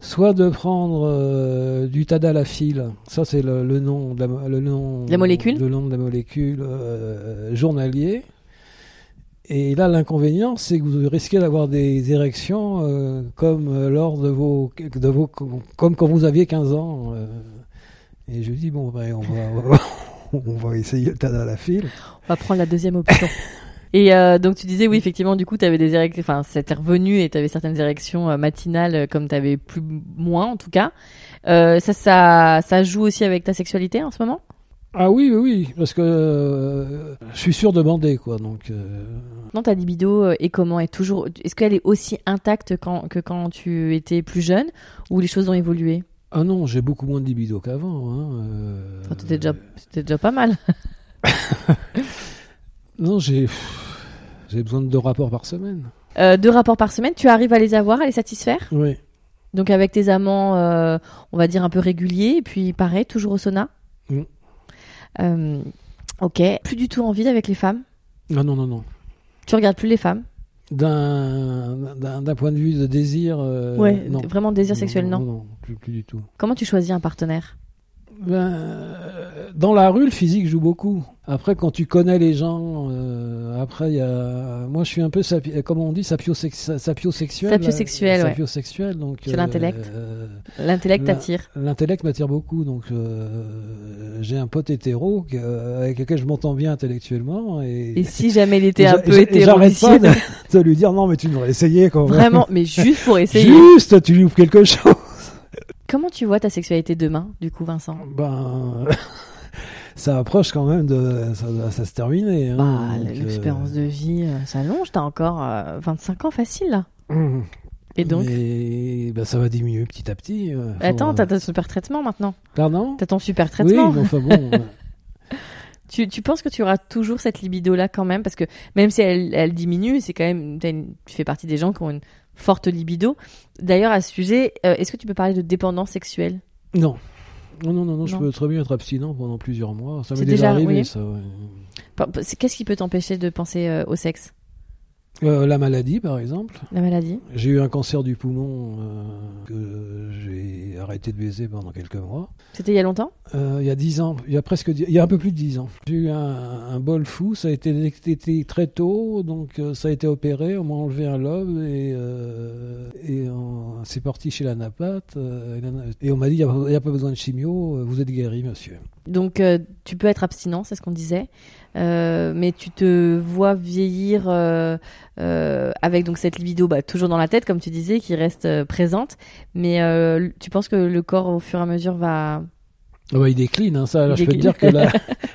Speaker 2: soit de prendre euh, du tadalafil, ça c'est le, le nom de la, mo- le nom
Speaker 1: De la molécule
Speaker 2: le nom de la molécule euh, journalier. Et là, l'inconvénient, c'est que vous risquez d'avoir des érections euh, comme euh, lors de vos, de vos, comme quand vous aviez 15 ans. euh. Et je lui dis bon, ben, on va, on va essayer le tadalafil.
Speaker 1: On va prendre la deuxième option. Et euh, donc tu disais oui effectivement du coup tu avais des érections enfin c'était revenu et tu avais certaines érections euh, matinales euh, comme tu avais plus moins en tout cas. Euh, ça ça ça joue aussi avec ta sexualité en ce moment
Speaker 2: Ah oui, oui, oui, parce que euh, je suis sûr de bander, quoi. Donc, euh,
Speaker 1: Non, ta libido euh, est comment est toujours est-ce qu'elle est aussi intacte quand, que quand tu étais plus jeune ou les choses ont évolué
Speaker 2: ah non, j'ai beaucoup moins de libido qu'avant. Hein. euh,
Speaker 1: Enfin, t'étais déjà c'était déjà pas mal.
Speaker 2: Non, j'ai pff, j'ai besoin de deux rapports par semaine.
Speaker 1: Euh, deux rapports par semaine, tu arrives à les avoir, à les satisfaire
Speaker 2: Oui.
Speaker 1: Donc avec tes amants, euh, on va dire un peu réguliers, et puis pareil, toujours au sauna.
Speaker 2: Mm.
Speaker 1: Euh, ok. Plus du tout envie avec les femmes.
Speaker 2: Ah non, non, non.
Speaker 1: Tu regardes plus les femmes.
Speaker 2: D'un d'un- d'un point de vue de désir. euh, non.
Speaker 1: Vraiment désir sexuel, non.
Speaker 2: Non, non, plus, plus du tout.
Speaker 1: Comment tu choisis un partenaire
Speaker 2: Ben, euh, dans la rue, le physique joue beaucoup. Après, quand tu connais les gens, euh, après, il y a. Moi, je suis un peu, sapi- euh, comment on dit, sapiosex- sa- sapiosexuel. là.
Speaker 1: Sapiosexuel, ouais.
Speaker 2: Sapiosexuel, donc.
Speaker 1: C'est l'intellect.
Speaker 2: euh,
Speaker 1: L'intellect
Speaker 2: La-
Speaker 1: t'attire.
Speaker 2: L'intellect m'attire beaucoup, donc euh, j'ai un pote hétéro que- euh, avec lequel je m'entends bien intellectuellement. Et,
Speaker 1: Et si jamais il était
Speaker 2: et
Speaker 1: un
Speaker 2: j'a-
Speaker 1: peu
Speaker 2: j'a- et
Speaker 1: hétéro
Speaker 2: J'arrête pas de, de lui dire non, mais tu devrais essayer quand même.
Speaker 1: Vraiment, mais juste pour essayer.
Speaker 2: Juste, tu lui ouvres quelque chose.
Speaker 1: Comment tu vois ta sexualité demain, du coup, Vincent
Speaker 2: Ben, ça approche quand même de. Ça, doit- ça se terminer. Hein,
Speaker 1: Bah,
Speaker 2: donc,
Speaker 1: L'espérance
Speaker 2: euh,
Speaker 1: de vie euh, s'allonge. T'as encore euh, 25 ans facile, là.
Speaker 2: hum.
Speaker 1: Et donc Bah,
Speaker 2: Mais, ben, ça va diminuer petit à petit. euh, faut-
Speaker 1: Attends, t'as ton super traitement maintenant.
Speaker 2: Pardon
Speaker 1: T'as ton super
Speaker 2: Oui,
Speaker 1: traitement.
Speaker 2: mais enfin bon. euh,
Speaker 1: Tu, tu penses que tu auras toujours cette libido-là quand même Parce que même si elle, elle diminue, c'est quand même, t'as une- tu fais partie des gens qui ont une forte libido. D'ailleurs, à ce sujet, euh, est-ce que tu peux parler de dépendance sexuelle
Speaker 2: non. Non, non, non, non, je
Speaker 1: Non.
Speaker 2: peux très bien être abstinent pendant plusieurs mois. Ça m'est
Speaker 1: C'est
Speaker 2: déjà,
Speaker 1: déjà
Speaker 2: arrivé,
Speaker 1: oui.
Speaker 2: ça. ouais.
Speaker 1: Par- par- c'est- Qu'est-ce qui peut t'empêcher de penser euh, au sexe
Speaker 2: Euh, la maladie, par exemple.
Speaker 1: La maladie
Speaker 2: J'ai eu un cancer du poumon euh, que j'ai arrêté de baiser pendant quelques mois.
Speaker 1: C'était il y a longtemps
Speaker 2: Euh, il y a dix ans, il y a presque, dix- il y a un peu plus de dix ans. J'ai eu un, un bol fou, ça a été détecté très tôt, donc euh, ça a été opéré, on m'a enlevé un lobe et, euh, et on- c'est parti chez la napate. euh, et la na- et on m'a dit, il n'y a, pas- il y a pas besoin de chimio, euh, vous êtes guéri, monsieur.
Speaker 1: Donc euh, tu peux être abstinent, c'est ce qu'on disait, Euh, mais tu te vois vieillir euh, euh, avec donc cette libido bah, toujours dans la tête, comme tu disais, qui reste euh, présente. Mais euh, l- tu penses que le corps, au fur et à mesure, va
Speaker 2: Ah bah, il décline, hein, ça. Là,
Speaker 1: Il
Speaker 2: je peux te
Speaker 1: décline.
Speaker 2: dire que là,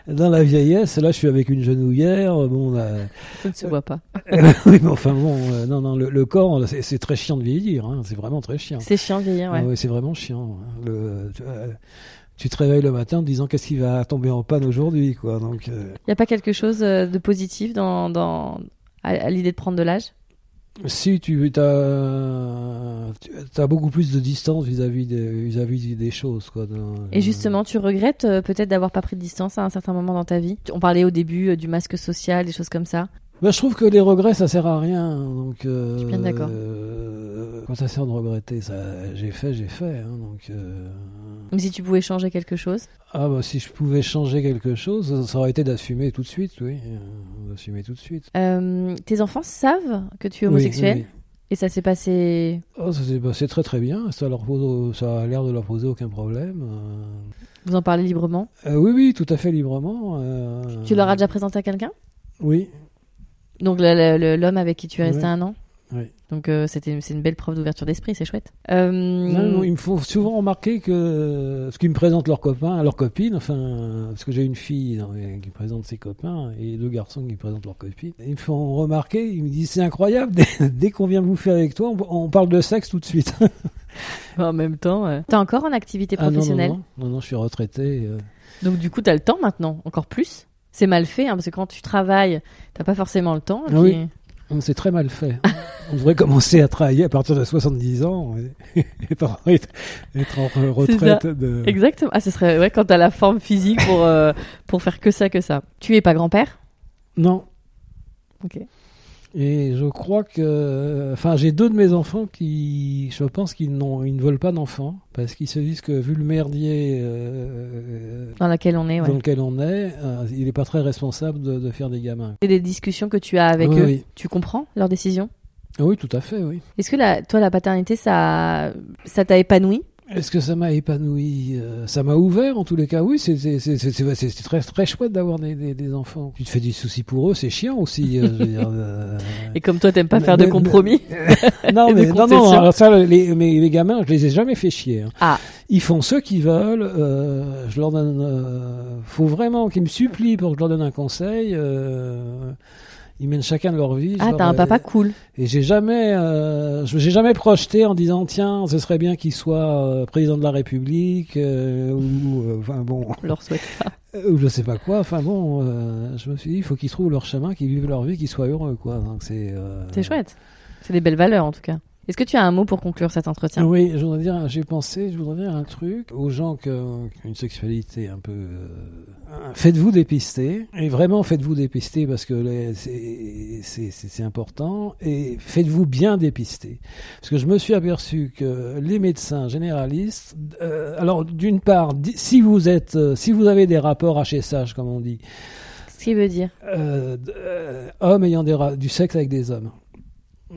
Speaker 2: dans la vieillesse, là, je suis avec une genouillère. euh, Bon, là,
Speaker 1: ça ne se voit pas.
Speaker 2: oui, mais enfin bon, euh, non, non, le, le corps, là, c'est c'est très chiant de vieillir. hein, c'est vraiment très chiant.
Speaker 1: C'est chiant de vieillir, ouais.
Speaker 2: Ah ouais, c'est vraiment chiant. hein. Le- tu, euh, tu te réveilles le matin en te disant qu'est-ce qui va tomber en panne aujourd'hui, quoi. Donc, euh,
Speaker 1: Il n'y a pas quelque chose euh, de positif dans, dans à, à l'idée de prendre de l'âge
Speaker 2: si tu as, beaucoup plus de distance vis-à-vis des, vis-à-vis des choses, quoi. dans-
Speaker 1: Et justement, tu regrettes euh, peut-être d'avoir pas pris de distance à un certain moment dans ta vie On parlait au début euh, du masque social, des choses comme ça.
Speaker 2: Bah, je trouve que les regrets, ça sert à rien. Donc, euh,
Speaker 1: Je suis bien d'accord.
Speaker 2: euh, quand ça sert de regretter, ça, j'ai fait, j'ai fait. hein, donc, euh,
Speaker 1: Même si tu pouvais changer quelque chose.
Speaker 2: ah bah si je pouvais changer quelque chose, ça aurait été d'assumer tout de suite, oui, euh, d'assumer tout de suite.
Speaker 1: Euh, tes enfants savent que tu es
Speaker 2: Oui,
Speaker 1: homosexuel
Speaker 2: oui, oui.
Speaker 1: Et ça s'est passé.
Speaker 2: Oh, ça s'est passé très très bien. Ça, leur pose, ça a l'air de leur poser aucun problème. Euh,
Speaker 1: Vous en parlez librement
Speaker 2: euh, oui, oui, tout à fait librement. euh,
Speaker 1: Tu leur as déjà présenté à quelqu'un
Speaker 2: Oui,
Speaker 1: Donc le- le- le- l'homme avec qui tu es resté
Speaker 2: Oui.
Speaker 1: un an
Speaker 2: Oui.
Speaker 1: Donc euh, c'était une- c'est une belle preuve d'ouverture d'esprit, c'est chouette. Euh,
Speaker 2: Non, non, ils me font souvent remarquer que ce qu'ils me présentent leurs copains, leurs copines, enfin, parce que j'ai une fille non, mais qui présente ses copains et deux garçons qui me présentent leurs copines, ils me font remarquer, ils me disent c'est incroyable, dès, dès qu'on vient bouffer avec toi, on, on parle de sexe tout de suite.
Speaker 1: En même temps, euh, t'es encore en activité
Speaker 2: Ah, non, non,
Speaker 1: professionnelle.
Speaker 2: non, non, non, je suis retraité. euh.
Speaker 1: Donc du coup, t'as le temps maintenant, encore plus. C'est mal fait, hein, parce que quand tu travailles, t'as pas forcément le temps. et
Speaker 2: Ah
Speaker 1: puis-
Speaker 2: oui. C'est très mal fait. On devrait commencer à travailler à partir de 70 ans et, et par- être, être en re-
Speaker 1: C'est
Speaker 2: retraite. De...
Speaker 1: Exactement. Ah, ce serait ouais, quand t'as la forme physique pour euh, pour faire que ça, que ça. Tu es pas grand-père
Speaker 2: Non.
Speaker 1: Ok.
Speaker 2: Et je crois que. Enfin, j'ai deux de mes enfants qui. Je pense qu'ils n'ont, ils ne veulent pas d'enfants parce qu'ils se disent que vu le merdier euh,
Speaker 1: dans laquelle on est. Ouais.
Speaker 2: dans lequel on est, euh, il n'est pas très responsable de, de faire des gamins.
Speaker 1: Et des discussions que tu as avec
Speaker 2: Oui,
Speaker 1: eux,
Speaker 2: oui.
Speaker 1: tu comprends leurs décisions
Speaker 2: Ah Oui, tout à fait, oui.
Speaker 1: Est-ce que la, toi, la paternité, ça, ça t'a épanoui
Speaker 2: Est-ce que ça m'a épanoui euh, Ça m'a ouvert en tous les cas. Oui, c'est c'est- c'est- c'est- c'est- c'est très, très chouette d'avoir des, des- des enfants. Tu te fais des soucis pour eux, c'est chiant aussi. euh, je veux dire, euh,
Speaker 1: Et comme toi, t'aimes pas faire de
Speaker 2: Mais- mais-
Speaker 1: compromis.
Speaker 2: non,
Speaker 1: Et
Speaker 2: mais,
Speaker 1: de
Speaker 2: non, non,
Speaker 1: concessions.
Speaker 2: alors ça, les, mes, mes gamins, je les ai jamais fait chier. hein.
Speaker 1: Ah.
Speaker 2: Ils font ce qu'ils veulent. euh, je leur donne. euh, faut vraiment qu'ils me supplient pour que je leur donne un conseil. euh, ils mènent chacun de leur vie. je
Speaker 1: Ah,
Speaker 2: leur-
Speaker 1: t'as un papa cool.
Speaker 2: Et j'ai jamais, euh, je- j'ai jamais projeté en disant tiens, ce serait bien qu'il soit euh, président de la République euh, ou euh, enfin bon,
Speaker 1: On leur souhaite ça.
Speaker 2: euh, ou je sais pas quoi. Enfin bon, euh, je me suis dit il faut qu'ils trouvent leur chemin, qu'ils vivent leur vie, qu'ils soient heureux quoi. Donc c'est. euh,
Speaker 1: C'est chouette. C'est des belles valeurs, en tout cas. Est-ce que tu as un mot pour conclure cet entretien
Speaker 2: Oui, je voudrais dire, j'ai pensé, je voudrais dire un truc aux gens qui ont qui ont une sexualité un peu. euh, faites-vous dépister et vraiment faites-vous dépister parce que les- c'est- c'est c'est- c'est important et faites-vous bien dépister parce que je me suis aperçu que les médecins généralistes, euh, alors d'une part, di- si vous êtes, euh, si vous avez des rapports HSH comme on dit,
Speaker 1: Ce qui veut dire
Speaker 2: euh, d- euh, hommes ayant des ra- du sexe avec des hommes.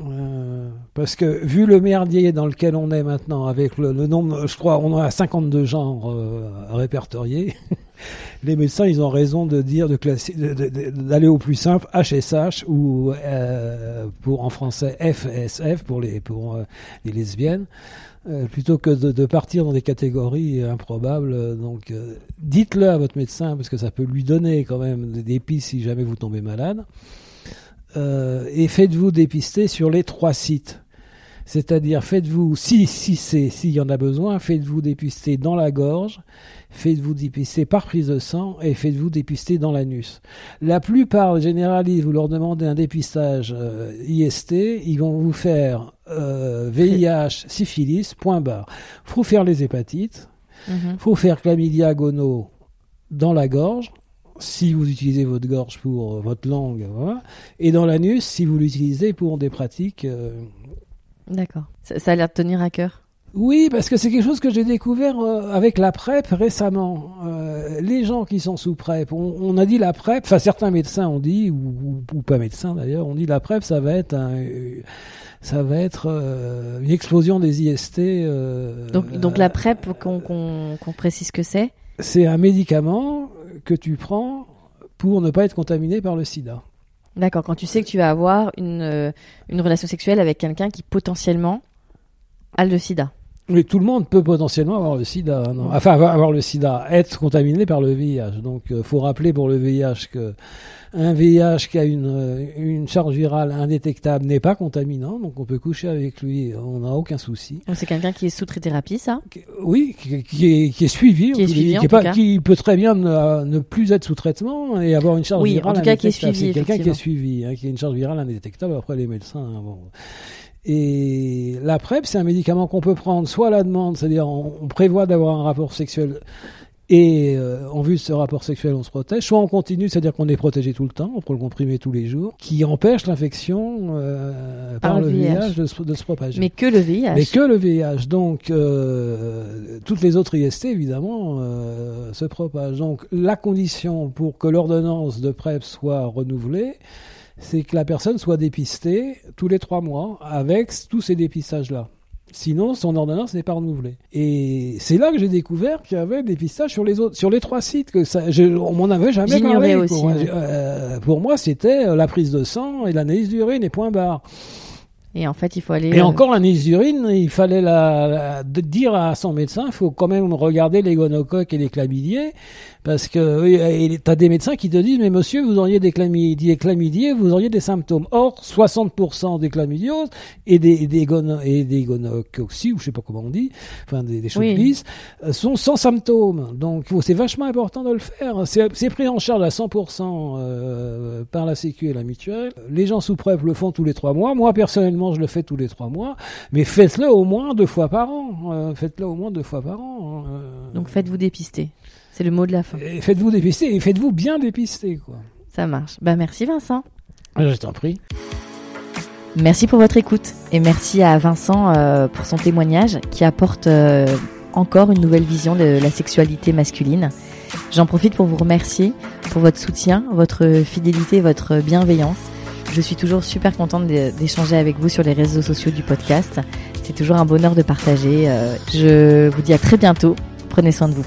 Speaker 2: Euh, parce que vu le merdier dans lequel on est maintenant, avec le, le nombre, je crois, on a 52 genres euh, répertoriés, les médecins, ils ont raison de dire de classer, de- de- de- d'aller au plus simple, HSH ou euh, pour en français FSF pour les pour euh, les lesbiennes, euh, plutôt que de, de partir dans des catégories euh, improbables. euh, Donc, euh, dites-le à votre médecin parce que ça peut lui donner quand même des- des pistes si jamais vous tombez malade. Euh, et faites-vous dépister sur les trois sites. C'est-à-dire, faites-vous, si, si c'est, s'il y en a besoin, faites-vous dépister dans la gorge, faites-vous dépister par prise de sang et faites-vous dépister dans l'anus. La plupart des généralistes, vous leur demandez un dépistage euh, IST, ils vont vous faire euh, VIH, syphilis, point barre. Faut faire les hépatites,
Speaker 1: Mhm.
Speaker 2: faut faire chlamydia gono dans la gorge, si vous utilisez votre gorge pour euh, votre langue, voilà. et dans l'anus, si vous l'utilisez pour des pratiques. euh,
Speaker 1: D'accord. Ça, ça a l'air de tenir à cœur.
Speaker 2: Oui, parce que c'est quelque chose que j'ai découvert euh, avec la PrEP récemment. Euh, les gens qui sont sous PrEP, on, on a dit la PrEP, enfin certains médecins ont dit, ou, ou- ou pas médecins d'ailleurs, on dit la PrEP, ça va être un, euh, ça va être euh, une explosion des IST. euh,
Speaker 1: Donc, donc la PrEP, qu'on qu'on- qu'on précise ce que c'est.
Speaker 2: c'est un médicament que tu prends pour ne pas être contaminé par le sida.
Speaker 1: D'accord, quand tu sais que tu vas avoir une, euh, une relation sexuelle avec quelqu'un qui potentiellement a le sida.
Speaker 2: Mais tout le monde peut potentiellement avoir le sida. hein, non enfin, avoir avoir le sida, être contaminé par le VIH. Donc, il faut rappeler pour le VIH que un VIH qui a une, euh, une charge virale indétectable n'est pas contaminant. Donc, on peut coucher avec lui, on n'a aucun souci.
Speaker 1: Donc c'est quelqu'un qui est sous trithérapie, ça
Speaker 2: Qui- Oui, qui, qui est, qui est suivi.
Speaker 1: Qui est
Speaker 2: qui-
Speaker 1: suivi,
Speaker 2: qui
Speaker 1: en
Speaker 2: est
Speaker 1: tout
Speaker 2: pas-
Speaker 1: cas.
Speaker 2: qui peut très bien ne, ne plus être sous traitement et avoir une charge
Speaker 1: Oui, en
Speaker 2: virale
Speaker 1: tout cas, qui est
Speaker 2: indétectable.
Speaker 1: suivi,
Speaker 2: C'est quelqu'un qui est
Speaker 1: effectivement.
Speaker 2: suivi, hein, qui a une charge virale indétectable. Après, les médecins, hein, bon, Et la PrEP, c'est un médicament qu'on peut prendre soit à la demande, c'est-à-dire on, on prévoit d'avoir un rapport sexuel et euh, en vue de ce rapport sexuel, on se protège, soit on continue, c'est-à-dire qu'on est protégé tout le temps, on prend le comprimé tous les jours, qui empêche l'infection euh, par, le VIH de se, de se propager.
Speaker 1: Mais que le VIH.
Speaker 2: Mais que le VIH, donc euh, toutes les autres IST évidemment euh, se propagent. Donc la condition pour que l'ordonnance de PrEP soit renouvelée, c'est que la personne soit dépistée tous les trois mois avec tous ces dépistages-là. Sinon, son ordonnance n'est pas renouvelée. Et c'est là que j'ai découvert qu'il y avait des pistages sur les autres, sur les trois sites que ça, je- on m'en avait jamais
Speaker 1: J'ignorais
Speaker 2: parlé.
Speaker 1: aussi,
Speaker 2: Pour, moi,
Speaker 1: ouais.
Speaker 2: j'ai- euh, pour moi, c'était euh, la prise de sang et l'analyse d'urine et point barre.
Speaker 1: Et en fait, il faut aller.
Speaker 2: Et
Speaker 1: euh,
Speaker 2: encore l'analyse d'urine, il fallait la, la- de- dire à son médecin, il faut quand même regarder les gonocoques et les chlamydiers, parce que tu as des médecins qui te disent, mais monsieur, vous auriez des chlamydiers, chlamydiers vous auriez des symptômes. Or, 60% des chlamydioses et des, et des, gono, et des gonocoxies, ou je sais pas comment on dit, enfin des, des choses
Speaker 1: Oui.
Speaker 2: lisses, euh, sont sans symptômes. Donc, faut- c'est vachement important de le faire. C'est c'est pris en charge à 100% euh, par la Sécu et la mutuelle. Les gens sous PrEP le font tous les trois mois. Moi, personnellement, je le fais tous les trois mois. Mais faites-le au moins deux fois par an. Euh, faites-le au moins deux fois par an. euh.
Speaker 1: Donc faites-vous dépister. C'est le mot de la fin.
Speaker 2: Et faites-vous dépister et faites-vous bien dépister, quoi.
Speaker 1: Ça marche. Bah merci Vincent.
Speaker 2: Ah, Je t'en prie.
Speaker 1: Merci pour votre écoute et merci à Vincent euh, pour son témoignage qui apporte euh, encore une nouvelle vision de la sexualité masculine. J'en profite pour vous remercier pour votre soutien, votre fidélité, votre bienveillance Je suis toujours super contente d'é- d'échanger avec vous sur les réseaux sociaux du podcast. C'est toujours un bonheur de partager. euh, Je vous dis à très bientôt. Prenez soin de vous.